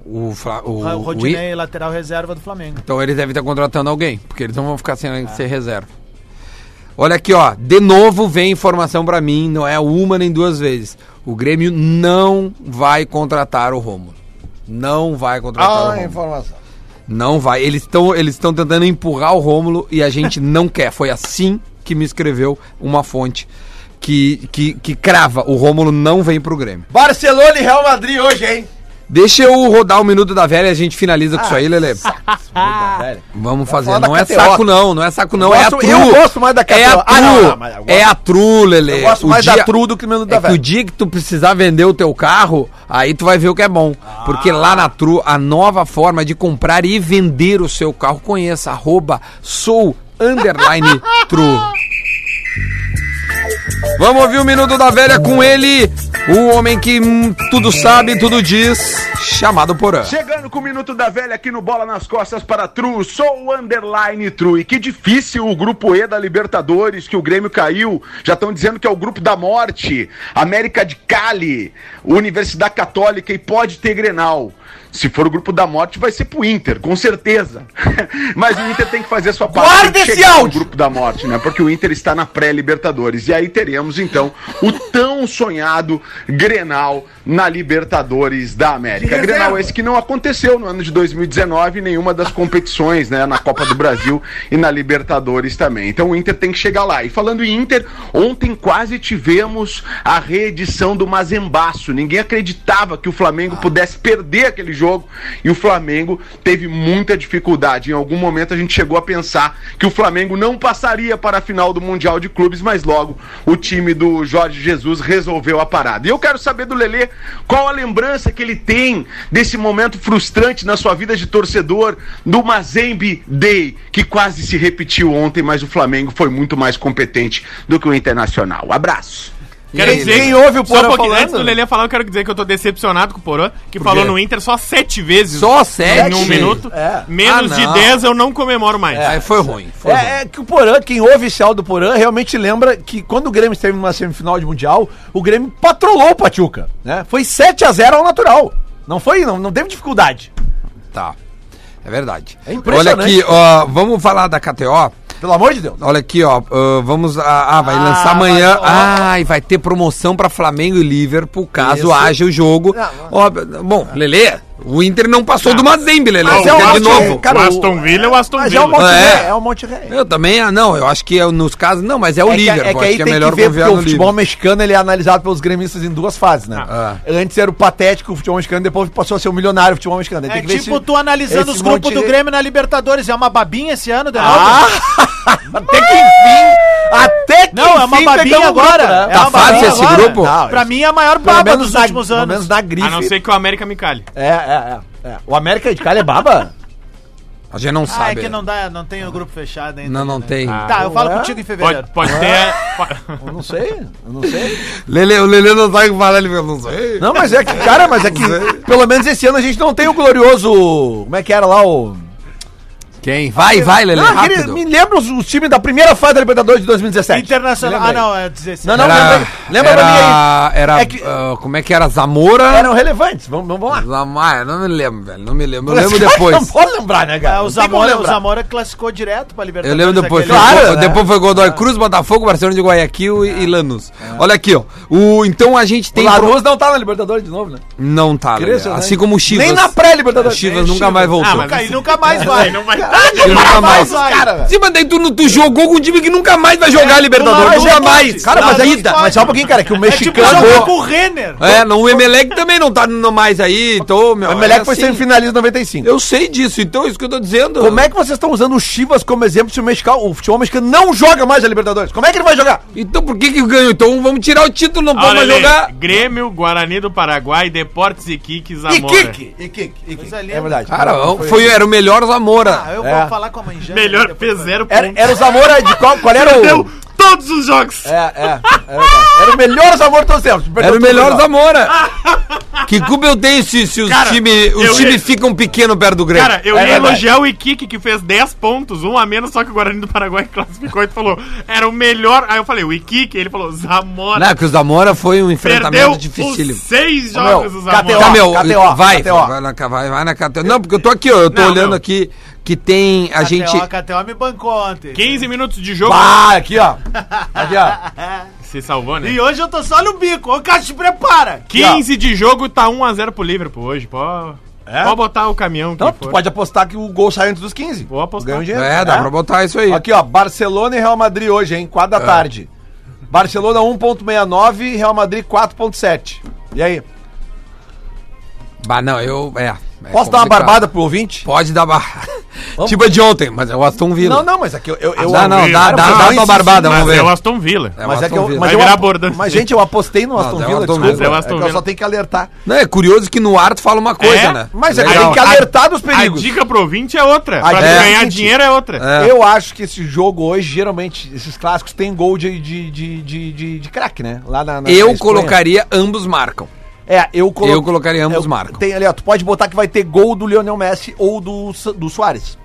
[SPEAKER 2] O, Fla- o,
[SPEAKER 4] O
[SPEAKER 2] o, I-
[SPEAKER 4] Rodinei, lateral reserva do Flamengo.
[SPEAKER 2] Então eles devem estar contratando alguém, porque eles não vão ficar sem ser reserva. Olha aqui, ó. De novo vem informação pra mim, não é uma nem duas vezes. O Grêmio não vai contratar o Rômulo. Não vai
[SPEAKER 5] Tá,
[SPEAKER 2] contratar o Rômulo.
[SPEAKER 5] informação.
[SPEAKER 2] Não vai. Eles estão eles estão tentando empurrar o Rômulo e a gente não quer. Foi assim que me escreveu uma fonte que, que, que crava. O Rômulo não vem pro Grêmio.
[SPEAKER 5] Barcelona e Real Madrid hoje, hein?
[SPEAKER 2] Deixa eu rodar o minuto da velha e a gente finaliza com isso aí, Lele.
[SPEAKER 5] Velho.
[SPEAKER 2] Vamos fazer.
[SPEAKER 5] falar Tá da
[SPEAKER 2] Não é
[SPEAKER 5] KTO.
[SPEAKER 2] saco, não. Não é saco, não.
[SPEAKER 5] Eu
[SPEAKER 2] é a
[SPEAKER 5] gosto-
[SPEAKER 2] tru.
[SPEAKER 5] eu gosto mais da
[SPEAKER 2] É a
[SPEAKER 5] KTO.
[SPEAKER 2] tru.
[SPEAKER 5] Ah, não, não, mas eu gosto-
[SPEAKER 2] é a tru, Lele.
[SPEAKER 5] Eu gosto
[SPEAKER 2] O
[SPEAKER 5] mais
[SPEAKER 2] dia-
[SPEAKER 5] da Tru do que do Minuto da
[SPEAKER 2] É que o
[SPEAKER 5] Velha.
[SPEAKER 2] dia que tu precisar vender o teu carro, aí tu vai ver o que é bom.
[SPEAKER 5] Ah.
[SPEAKER 2] Porque lá na Tru, a nova forma de comprar e vender o seu carro, conheça. Arroba, sou, underline, Tru. Vamos ouvir o Minuto da Velha com ele, o homem que hum, tudo sabe, tudo diz, chamado Porã.
[SPEAKER 7] Chegando com o Minuto da Velha aqui no Bola nas Costas para Tru, sou o Underline Tru. E que difícil o grupo E da Libertadores, que o Grêmio caiu. Já estão dizendo que é o grupo da morte. América de Cali, Universidade Católica e pode ter Grenal. Se for o grupo da morte, vai ser pro Inter, com certeza. Mas o Inter tem que fazer a sua parte.
[SPEAKER 5] Guarda
[SPEAKER 7] tem que
[SPEAKER 5] esse
[SPEAKER 7] chegar no
[SPEAKER 5] áudio!
[SPEAKER 7] grupo da morte, né? Porque o Inter está na pré-Libertadores. E aí teremos, então, o tão tão sonhado Grenal na Libertadores da América.
[SPEAKER 4] De
[SPEAKER 7] Grenal
[SPEAKER 4] reserva.
[SPEAKER 7] esse que não aconteceu no ano de 2019 em nenhuma das competições, né, na Copa do Brasil e na Libertadores também. Então o Inter tem que chegar lá. E falando em Inter, ontem quase tivemos a reedição do Mazembaço. Ninguém acreditava que o Flamengo pudesse perder aquele jogo e o Flamengo teve muita dificuldade. Em algum momento a gente chegou a pensar que o Flamengo não passaria para a final do Mundial de Clubes, mas logo o time do Jorge Jesus resolveu a parada. E eu quero saber do Lelê qual a lembrança que ele tem desse momento frustrante na sua vida de torcedor é do Mazembe Day, que quase se repetiu ontem, mas o Flamengo foi muito mais competente do que o Internacional. Abraço.
[SPEAKER 3] Quero
[SPEAKER 2] Quem-
[SPEAKER 3] dizer,
[SPEAKER 2] quem
[SPEAKER 5] ouve o Porã
[SPEAKER 3] só um pouquinho,
[SPEAKER 5] falando?
[SPEAKER 3] Antes do Lelê falar, eu quero dizer que eu tô decepcionado com o Porã, que falou no Inter só sete vezes.
[SPEAKER 2] Só sete?
[SPEAKER 3] Em um minuto.
[SPEAKER 5] É.
[SPEAKER 3] Menos
[SPEAKER 2] Ah,
[SPEAKER 3] de
[SPEAKER 2] não. É.
[SPEAKER 3] dez eu não comemoro mais.
[SPEAKER 2] Aí foi ruim. Foi ruim.
[SPEAKER 5] É, é que o Porã, quem ouve esse áudio do Porã, realmente lembra que quando o Grêmio esteve numa semifinal de Mundial, o Grêmio patrolou o Pachuca, né? Foi 7 a 0 ao natural. Não foi, não, não teve dificuldade.
[SPEAKER 2] Tá. É verdade.
[SPEAKER 5] É impressionante.
[SPEAKER 2] Olha aqui, ó, vamos falar da KTO.
[SPEAKER 5] Pelo amor de Deus.
[SPEAKER 2] Olha aqui, ó. ah, vamos. Ah, ah, vai
[SPEAKER 5] Ah,
[SPEAKER 2] lançar amanhã.
[SPEAKER 5] vai-
[SPEAKER 2] ah, e vai ter promoção pra Flamengo e Liverpool, caso
[SPEAKER 5] Isso.
[SPEAKER 2] haja o jogo.
[SPEAKER 5] Não,
[SPEAKER 2] Ó, bom, Lelê, o Inter não passou do Mazembe, Lelê.
[SPEAKER 5] Mas
[SPEAKER 2] Você
[SPEAKER 5] é
[SPEAKER 2] quer
[SPEAKER 5] um
[SPEAKER 2] de
[SPEAKER 5] ótimo-
[SPEAKER 2] novo.
[SPEAKER 5] cara,
[SPEAKER 3] o Aston Villa é o Aston
[SPEAKER 5] Mas
[SPEAKER 3] Villa.
[SPEAKER 5] é o Monte
[SPEAKER 2] É.
[SPEAKER 5] Ré, é o Monte Ré.
[SPEAKER 2] Eu também, ah, não, eu acho que é, nos casos, não, mas é o
[SPEAKER 5] É que-
[SPEAKER 2] Liverpool.
[SPEAKER 5] é que
[SPEAKER 2] acho
[SPEAKER 5] aí
[SPEAKER 2] que é
[SPEAKER 5] tem
[SPEAKER 2] melhor
[SPEAKER 5] que ver porque
[SPEAKER 2] confiar
[SPEAKER 5] o
[SPEAKER 2] no
[SPEAKER 5] futebol
[SPEAKER 2] Liverpool.
[SPEAKER 5] mexicano ele é analisado pelos gremistas em duas fases, né?
[SPEAKER 2] Ah.
[SPEAKER 5] Antes era o patético o futebol mexicano, depois passou a ser o milionário o futebol mexicano. Aí
[SPEAKER 4] É
[SPEAKER 5] tem que ver
[SPEAKER 4] tipo
[SPEAKER 5] se-
[SPEAKER 4] tu analisando
[SPEAKER 5] esse
[SPEAKER 4] os grupos
[SPEAKER 5] Monte
[SPEAKER 4] do
[SPEAKER 5] Ré-
[SPEAKER 4] Grêmio na Libertadores. É uma babinha esse
[SPEAKER 5] Ah!
[SPEAKER 4] ano, Denaldo?
[SPEAKER 5] até que enfim! Até que
[SPEAKER 4] Não, é uma
[SPEAKER 5] enfim
[SPEAKER 4] babinha
[SPEAKER 5] pegamos o grupo, né?
[SPEAKER 4] agora. É
[SPEAKER 2] Tá
[SPEAKER 4] uma
[SPEAKER 2] fácil
[SPEAKER 4] babinha
[SPEAKER 2] esse
[SPEAKER 4] agora.
[SPEAKER 2] grupo?
[SPEAKER 5] Não,
[SPEAKER 4] Pra
[SPEAKER 5] esse-
[SPEAKER 4] mim é a maior
[SPEAKER 5] Pelo
[SPEAKER 4] baba
[SPEAKER 5] menos
[SPEAKER 4] dos
[SPEAKER 5] na-
[SPEAKER 4] últimos
[SPEAKER 5] Pelo
[SPEAKER 4] anos.
[SPEAKER 5] menos na grife.
[SPEAKER 3] A não ser que o América me cale.
[SPEAKER 5] É, é, é, é. O América de Cali é baba?
[SPEAKER 2] A gente não
[SPEAKER 4] Ah, é
[SPEAKER 2] sabe.
[SPEAKER 4] que
[SPEAKER 2] né?
[SPEAKER 4] não dá, não tem o grupo fechado ainda.
[SPEAKER 2] não, não
[SPEAKER 4] né?
[SPEAKER 2] tem.
[SPEAKER 4] Tá, eu falo
[SPEAKER 5] Ué?
[SPEAKER 4] contigo em fevereiro.
[SPEAKER 3] Pode, pode ter.
[SPEAKER 5] Eu não sei, eu não sei.
[SPEAKER 2] Lelê, o Lelê não sabe o que falar, ele
[SPEAKER 5] Tá.
[SPEAKER 2] fala, não sei.
[SPEAKER 5] Não, mas é que, cara, mas é que pelo menos esse ano a gente não tem o glorioso. Como é que era lá o.
[SPEAKER 2] Quem? Vai, vai, Lelê,
[SPEAKER 5] Ah, aquele-
[SPEAKER 2] rápido.
[SPEAKER 5] me lembra os, os times da primeira fase da Libertadores de 2017.
[SPEAKER 4] Internacional. Ah,
[SPEAKER 5] Lembra aí.
[SPEAKER 4] não, é 16.
[SPEAKER 5] Não, não, lembra
[SPEAKER 2] Era,
[SPEAKER 5] aí. Lembra pra mim
[SPEAKER 2] era, era
[SPEAKER 5] É que-
[SPEAKER 2] ah, como é que era? Zamora?
[SPEAKER 4] Ah,
[SPEAKER 5] aí. Eram relevantes, vamos, vamos lá.
[SPEAKER 2] Zamora, não me lembro, velho, não me lembro. Eu lembro depois.
[SPEAKER 5] Não pode lembrar, né, cara?
[SPEAKER 4] Ah, o,
[SPEAKER 5] Não tem como
[SPEAKER 4] Zamora, o
[SPEAKER 5] lembrar.
[SPEAKER 4] Zamora classificou direto
[SPEAKER 2] Eu
[SPEAKER 4] pra Libertadores.
[SPEAKER 2] lembro depois.
[SPEAKER 4] aquele
[SPEAKER 5] Claro,
[SPEAKER 4] ano.
[SPEAKER 2] Depois-
[SPEAKER 5] né? É.
[SPEAKER 2] Depois foi Godoy Cruz, Botafogo, Barcelona de Guayaquil e, e Lanús. Olha aqui, ó. O, então a gente
[SPEAKER 5] O
[SPEAKER 2] tem. pro-
[SPEAKER 5] Lanús não tá na Libertadores de novo, né?
[SPEAKER 2] Não tá, Lelê.
[SPEAKER 5] Cresça, né?
[SPEAKER 2] Assim como o Chivas.
[SPEAKER 5] Nem na pré-Libertadores.
[SPEAKER 2] Chivas
[SPEAKER 5] Nem
[SPEAKER 4] É,
[SPEAKER 2] nunca mais voltou.
[SPEAKER 3] Ah, mas
[SPEAKER 4] Nunca- E nunca mais vai.
[SPEAKER 3] Aí não vai.
[SPEAKER 2] nunca mais.
[SPEAKER 5] cara, velho.
[SPEAKER 2] Sim, mas daí tu, não- tu jogou com um time que nunca mais vai jogar a Libertadores.
[SPEAKER 5] Mas é
[SPEAKER 2] Nunca
[SPEAKER 5] que-
[SPEAKER 2] mais.
[SPEAKER 5] Cara, mas
[SPEAKER 4] Na
[SPEAKER 5] é que-
[SPEAKER 4] vida.
[SPEAKER 5] Mas só um pouquinho, cara, que o
[SPEAKER 4] É tipo
[SPEAKER 5] mexicano.
[SPEAKER 4] jogar
[SPEAKER 2] Acabou.
[SPEAKER 4] com o Renner.
[SPEAKER 2] É, não, o Emelec também não tá no mais aí. Então, meu,
[SPEAKER 5] o Melec
[SPEAKER 2] é
[SPEAKER 5] foi
[SPEAKER 2] assim.
[SPEAKER 5] semifinalista em 95.
[SPEAKER 2] Eu sei disso, então é isso que eu tô dizendo.
[SPEAKER 5] Como é que vocês estão usando o Chivas como exemplo se o, mexicano, o futebol mexicano não joga mais a Libertadores? Como é que ele vai jogar?
[SPEAKER 2] Então por que que ganhou? Então vamos tirar o título, não
[SPEAKER 3] Ah, Olha
[SPEAKER 2] vamos mais
[SPEAKER 3] ali,
[SPEAKER 2] jogar.
[SPEAKER 3] Grêmio, Guarani do Paraguai, Deportes e Kik,
[SPEAKER 5] E
[SPEAKER 3] Zamora.
[SPEAKER 5] kick! E kick, e kick.
[SPEAKER 4] Coisa linda.
[SPEAKER 5] É verdade.
[SPEAKER 2] Cara, foi, era o melhor Zamora.
[SPEAKER 4] Ah, eu
[SPEAKER 5] É.
[SPEAKER 4] vou falar com a mãe Jana
[SPEAKER 3] Melhor
[SPEAKER 4] depois,
[SPEAKER 3] P0
[SPEAKER 5] Era, era o Zamora de qual, qual era o...
[SPEAKER 3] Perdeu todos os jogos.
[SPEAKER 5] É, é, é verdade. Era o melhor Zamora de todos os tempos. Perdeu
[SPEAKER 2] Era o
[SPEAKER 5] tudo
[SPEAKER 2] melhor
[SPEAKER 5] agora.
[SPEAKER 2] Zamora. Que culpa eu tenho se, se os
[SPEAKER 3] Cara,
[SPEAKER 2] times
[SPEAKER 3] eu
[SPEAKER 2] os time
[SPEAKER 3] ia-
[SPEAKER 2] ficam pequenos perto do Grêmio?
[SPEAKER 3] Cara, eu
[SPEAKER 5] É
[SPEAKER 3] ia
[SPEAKER 5] verdade.
[SPEAKER 3] elogiar o Iquique, que fez 10 pontos, um a menos, só que o Guarani do Paraguai classificou e tu falou, era o melhor. Aí eu falei, o Iquique, ele falou, Zamora.
[SPEAKER 2] Não, é que o Zamora foi um
[SPEAKER 3] Perdeu
[SPEAKER 2] enfrentamento dificílimo.
[SPEAKER 3] os seis
[SPEAKER 5] Ô, meu,
[SPEAKER 3] jogos, o Zamora.
[SPEAKER 5] KTO.
[SPEAKER 2] Tá, meu,
[SPEAKER 5] KTO,
[SPEAKER 2] vai,
[SPEAKER 5] KTO.
[SPEAKER 2] vai, na, vai, vai na KTO. Não, porque eu tô aqui, ó, eu tô
[SPEAKER 3] Não,
[SPEAKER 2] olhando
[SPEAKER 3] não.
[SPEAKER 2] aqui que tem a
[SPEAKER 4] A gente...
[SPEAKER 2] gente...
[SPEAKER 4] KTO, KTO me bancou ontem.
[SPEAKER 3] 15 minutos de jogo.
[SPEAKER 5] Pá, aqui, ó. Aqui, ó.
[SPEAKER 3] Se salvou, né?
[SPEAKER 4] E hoje eu tô só no bico. Ô, Cássio, te prepara.
[SPEAKER 3] 15 de jogo tá 1x0 pro Liverpool hoje. Pode, pode botar o caminhão que
[SPEAKER 5] Não,
[SPEAKER 3] for.
[SPEAKER 5] Então, tu pode apostar que o gol sai antes dos 15.
[SPEAKER 3] Vou apostar.
[SPEAKER 5] Ganha um dinheiro.
[SPEAKER 3] né?
[SPEAKER 2] É, dá pra botar isso aí. É.
[SPEAKER 5] Aqui, ó, Barcelona e Real Madrid hoje, hein? 4 da tarde. Barcelona 1.69, Real Madrid 4.7. E
[SPEAKER 2] É
[SPEAKER 5] aí?
[SPEAKER 2] Bah, não, eu... É, é
[SPEAKER 5] Posso dar uma
[SPEAKER 2] complicado.
[SPEAKER 5] barbada pro ouvinte?
[SPEAKER 2] Pode dar bar... tipo a de ontem, mas é o Aston Villa.
[SPEAKER 5] Não, não, mas aqui eu... eu, eu
[SPEAKER 2] dá, Ah, não, dá,
[SPEAKER 5] eu-
[SPEAKER 2] dá,
[SPEAKER 5] eu-
[SPEAKER 2] dá
[SPEAKER 5] eu-
[SPEAKER 2] uma barbada,
[SPEAKER 3] Mas
[SPEAKER 2] vamos ver.
[SPEAKER 3] é o Aston Villa.
[SPEAKER 2] É o
[SPEAKER 5] Mas é
[SPEAKER 2] Aston
[SPEAKER 5] que eu,
[SPEAKER 2] Villa.
[SPEAKER 5] mas,
[SPEAKER 3] Vai
[SPEAKER 5] eu,
[SPEAKER 3] virar bordão.
[SPEAKER 5] mas gente, eu apostei no Aston
[SPEAKER 2] é o
[SPEAKER 5] Villa,
[SPEAKER 2] Aston
[SPEAKER 5] desculpa.
[SPEAKER 2] Villa.
[SPEAKER 5] É,
[SPEAKER 3] É o Aston
[SPEAKER 5] que eu só
[SPEAKER 3] Villa.
[SPEAKER 5] tenho que alertar.
[SPEAKER 2] Não, é curioso que no ar tu fala uma coisa,
[SPEAKER 3] É,
[SPEAKER 2] né?
[SPEAKER 5] Mas é que
[SPEAKER 2] Legal.
[SPEAKER 5] tem que alertar dos
[SPEAKER 3] A
[SPEAKER 5] perigos.
[SPEAKER 3] dica pro ouvinte é outra. Pra
[SPEAKER 5] dica
[SPEAKER 2] é
[SPEAKER 3] ganhar
[SPEAKER 5] seguinte.
[SPEAKER 3] dinheiro é outra.
[SPEAKER 2] É.
[SPEAKER 5] Eu acho que esse jogo hoje, geralmente, esses clássicos tem gol de, de, de, de, de- de craque, né? Lá na, na- na
[SPEAKER 2] Eu
[SPEAKER 5] Espanha.
[SPEAKER 2] colocaria ambos marcam.
[SPEAKER 5] É, eu, colo... é,
[SPEAKER 2] Eu colocaria ambos marcam.
[SPEAKER 5] Tem ali, ó, tu pode botar que vai ter gol do Lionel Messi ou do, Sa- do Soares.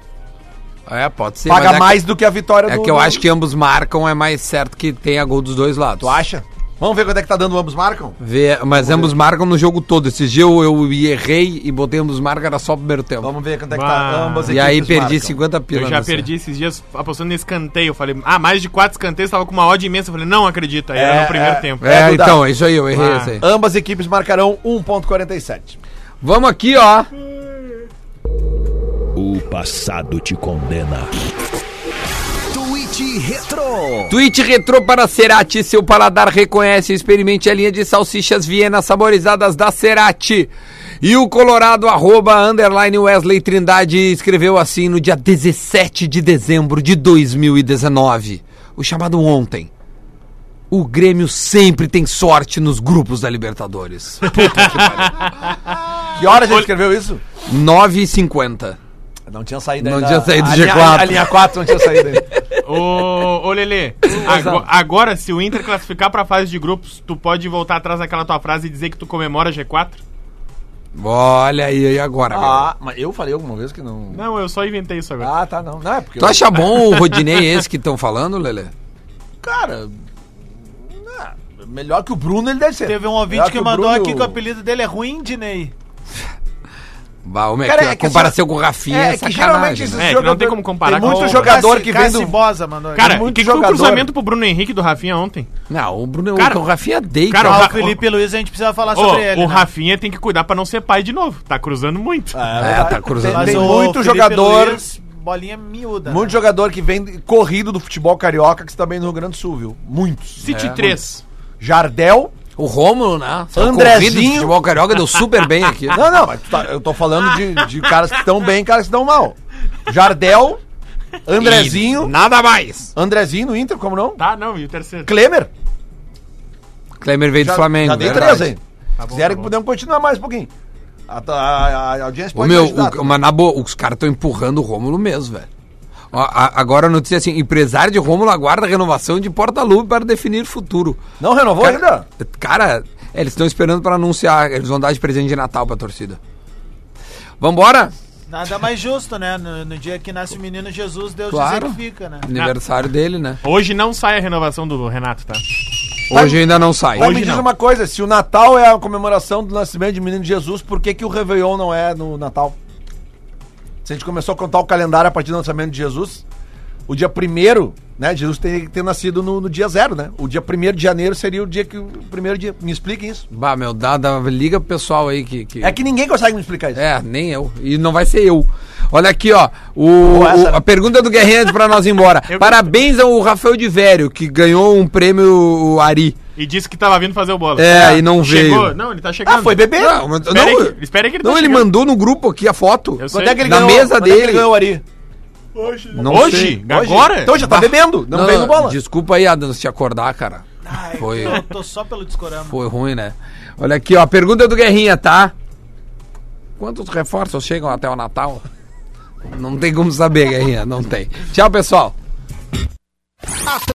[SPEAKER 2] É, pode ser.
[SPEAKER 5] Paga
[SPEAKER 2] mas é
[SPEAKER 5] mais do que a vitória
[SPEAKER 2] Que, é
[SPEAKER 5] do
[SPEAKER 2] que eu
[SPEAKER 5] do-
[SPEAKER 2] acho que ambos marcam é mais certo que tenha gol dos dois lados.
[SPEAKER 5] Tu acha? Vamos ver quanto é que tá dando, ambos marcam?
[SPEAKER 2] Vê, mas ambos marcam no jogo todo. Esse dia eu, eu errei e botei ambos marcam, era só o primeiro tempo.
[SPEAKER 5] Vamos ver quanto é que tá
[SPEAKER 3] Bah.
[SPEAKER 5] ambas
[SPEAKER 2] e aí
[SPEAKER 5] equipes
[SPEAKER 2] perdi
[SPEAKER 5] marcam.
[SPEAKER 2] 50 pila.
[SPEAKER 3] Eu já
[SPEAKER 2] nessa.
[SPEAKER 3] perdi esses dias apostando nesse escanteio. Eu falei, ah, mais de quatro escanteios, tava com uma odd imensa. Eu falei, não acredito. Aí era
[SPEAKER 5] É,
[SPEAKER 3] no primeiro
[SPEAKER 5] é.
[SPEAKER 3] tempo.
[SPEAKER 2] É,
[SPEAKER 5] É, Duda.
[SPEAKER 2] então, é isso aí, eu errei
[SPEAKER 3] Ah.
[SPEAKER 2] essa aí.
[SPEAKER 5] Ambas equipes marcarão 1.47.
[SPEAKER 2] Vamos aqui, ó.
[SPEAKER 1] O passado te condena. Tweet Retro.
[SPEAKER 2] Tweet retrô para Cerati. Seu paladar reconhece. Experimente a linha de salsichas Viena saborizadas da Cerati. E o colorado arroba underline Wesley Trindade escreveu assim no dia 17 de dezembro de 2019. O chamado ontem. O Grêmio sempre tem sorte nos grupos da Libertadores.
[SPEAKER 5] Que horas ele escreveu isso?
[SPEAKER 2] 9h50.
[SPEAKER 5] Não tinha saído
[SPEAKER 2] Não
[SPEAKER 5] ainda.
[SPEAKER 2] tinha saído
[SPEAKER 5] a
[SPEAKER 2] do
[SPEAKER 5] linha-
[SPEAKER 2] G4.
[SPEAKER 5] A, linha 4 não tinha saído ainda.
[SPEAKER 3] Ô, ô Lelê, ago- agora, se o Inter classificar pra fase de grupos, tu pode voltar atrás naquela tua frase e dizer que tu comemora G4?
[SPEAKER 2] Olha aí, e agora, cara?
[SPEAKER 5] Ah, mas eu falei alguma vez que não...
[SPEAKER 3] Não, eu só inventei isso agora.
[SPEAKER 5] Ah, tá, não. Não, é porque...
[SPEAKER 2] Tu
[SPEAKER 5] eu-
[SPEAKER 2] acha bom o Rodinei esse que estão falando, Lelê?
[SPEAKER 5] Cara... ah, Melhor que o Bruno ele deve ser.
[SPEAKER 4] Teve um ouvinte
[SPEAKER 5] Melhor
[SPEAKER 4] que, mandou
[SPEAKER 5] Bruno-
[SPEAKER 4] aqui que o apelido dele é Ruim Dinei.
[SPEAKER 2] Bah, homem,
[SPEAKER 5] Cara,
[SPEAKER 2] aqui,
[SPEAKER 5] é
[SPEAKER 2] a
[SPEAKER 5] que
[SPEAKER 2] comparação com o Rafinha é,
[SPEAKER 5] É, que geralmente
[SPEAKER 2] sacanagem,
[SPEAKER 5] esses
[SPEAKER 2] né?
[SPEAKER 3] É, que não
[SPEAKER 5] jogadores-
[SPEAKER 3] tem como comparar
[SPEAKER 5] tem
[SPEAKER 3] com
[SPEAKER 5] muito
[SPEAKER 3] o-
[SPEAKER 5] jogador que vem
[SPEAKER 4] Cassi
[SPEAKER 5] do...
[SPEAKER 4] Bosa mandou aqui.
[SPEAKER 3] Cara,
[SPEAKER 5] muito
[SPEAKER 3] o que, que foi o
[SPEAKER 5] jogador.
[SPEAKER 3] cruzamento pro Bruno Henrique do Rafinha ontem?
[SPEAKER 2] Não, o Bruno
[SPEAKER 3] Cara,
[SPEAKER 2] o Rafinha deita.
[SPEAKER 3] cara,
[SPEAKER 4] Ah,
[SPEAKER 2] Cara,
[SPEAKER 4] o Felipe Luiz a gente precisa falar
[SPEAKER 3] Ô,
[SPEAKER 4] sobre ele.
[SPEAKER 3] o
[SPEAKER 4] né?
[SPEAKER 3] Rafinha tem que cuidar pra não ser pai de novo. Tá cruzando muito.
[SPEAKER 5] É,
[SPEAKER 2] É, tá
[SPEAKER 5] tem-
[SPEAKER 2] cruzando.
[SPEAKER 5] Tem,
[SPEAKER 4] Mas o
[SPEAKER 5] muito
[SPEAKER 4] Felipe
[SPEAKER 5] jogador...
[SPEAKER 4] Luiz, bolinha miúda.
[SPEAKER 5] Muito
[SPEAKER 4] né?
[SPEAKER 5] jogador que vem corrido do futebol carioca, que está bem no Rio Grande do Sul, viu? Muitos.
[SPEAKER 2] É,
[SPEAKER 3] City 3.
[SPEAKER 5] Jardel.
[SPEAKER 2] o Rômulo, né? Foi
[SPEAKER 5] Andrezinho.
[SPEAKER 2] corrido de futebol carioca deu super bem aqui.
[SPEAKER 3] Ah.
[SPEAKER 5] Não, não, mas tu tá- eu tô falando de, de caras que estão bem e caras que estão mal. Jardel, Andrezinho,
[SPEAKER 3] Nada mais.
[SPEAKER 5] Andrezinho no Inter, como não?
[SPEAKER 3] Tá, não, e o terceiro?
[SPEAKER 5] Klemer.
[SPEAKER 2] Klemer veio
[SPEAKER 5] Já,
[SPEAKER 2] do Flamengo.
[SPEAKER 5] já dei
[SPEAKER 2] verdade.
[SPEAKER 5] três, hein? Se quiserem,
[SPEAKER 3] tá bom.
[SPEAKER 5] podemos continuar mais um pouquinho. A, a- a- a audiência
[SPEAKER 2] Ô,
[SPEAKER 5] pode
[SPEAKER 2] meu,
[SPEAKER 5] ajudar.
[SPEAKER 2] o, mas na boa, os caras estão empurrando o Rômulo mesmo, velho. Ó, a- Agora a notícia é assim: empresário de Rômulo aguarda renovação de porta-luva para definir futuro.
[SPEAKER 5] Não renovou
[SPEAKER 2] Cara,
[SPEAKER 5] ainda?
[SPEAKER 2] cara, é, eles estão esperando para anunciar. Eles vão dar de presente de Natal pra torcida. Vambora?
[SPEAKER 4] Nada mais justo, né? No, no dia que nasce o menino Jesus, Deus
[SPEAKER 2] Claro.
[SPEAKER 4] dizer que fica, né?
[SPEAKER 2] Aniversário dele, né?
[SPEAKER 3] Hoje não sai a renovação do Renato, tá?
[SPEAKER 2] Hoje ainda não sai.
[SPEAKER 5] Mas
[SPEAKER 3] hoje
[SPEAKER 5] me diz
[SPEAKER 3] não.
[SPEAKER 5] uma coisa, se o Natal é a comemoração do nascimento de menino Jesus, por que, que o Réveillon não é no Natal? Se a gente começou a contar o calendário a partir do nascimento de Jesus, o dia 1 né? Jesus teria que ter nascido no, no dia zero, né? O dia 1 de janeiro seria o dia que. O primeiro dia. Me expliquem isso.
[SPEAKER 2] Bah, meu, dá, dá- liga pro pessoal aí que. que...
[SPEAKER 5] É que ninguém consegue me explicar isso.
[SPEAKER 2] É, nem eu. E não vai ser eu. Olha aqui, ó. O,
[SPEAKER 5] essa-
[SPEAKER 2] o- a pergunta do Guerrinha antes pra nós ir embora. Parabéns ao Rafael de Vério, que ganhou um prêmio o Ari.
[SPEAKER 3] E disse que tava vindo fazer o bola. Tá?
[SPEAKER 2] É, e não
[SPEAKER 3] Chegou.
[SPEAKER 2] veio.
[SPEAKER 3] Não, ele tá chegando.
[SPEAKER 5] bebê?
[SPEAKER 2] Não, mas-
[SPEAKER 3] Espera
[SPEAKER 2] não,
[SPEAKER 3] aí que- espera aí que ele
[SPEAKER 2] não,
[SPEAKER 3] tá
[SPEAKER 2] ele
[SPEAKER 3] chegando.
[SPEAKER 2] mandou no grupo aqui a foto.
[SPEAKER 3] Eu sei.
[SPEAKER 5] Quando é que ele
[SPEAKER 2] Na
[SPEAKER 5] ganhou?
[SPEAKER 2] mesa
[SPEAKER 5] quando é que
[SPEAKER 2] dele.
[SPEAKER 5] ele ganhou o Ari?
[SPEAKER 2] Não
[SPEAKER 3] Hoje?
[SPEAKER 2] sei.
[SPEAKER 3] Agora?
[SPEAKER 5] Então já tá bebendo, não,
[SPEAKER 2] Não,
[SPEAKER 5] veio no bola.
[SPEAKER 2] Desculpa aí, Adam, se te acordar, cara.
[SPEAKER 4] Ai,
[SPEAKER 2] Foi.
[SPEAKER 4] Eu tô só pelo discorama.
[SPEAKER 2] Foi ruim, né? Olha aqui, ó. Pergunta do Guerrinha, tá? Quantos reforços chegam até o Natal? Não tem como saber, Guerrinha. Não tem. Tchau, pessoal.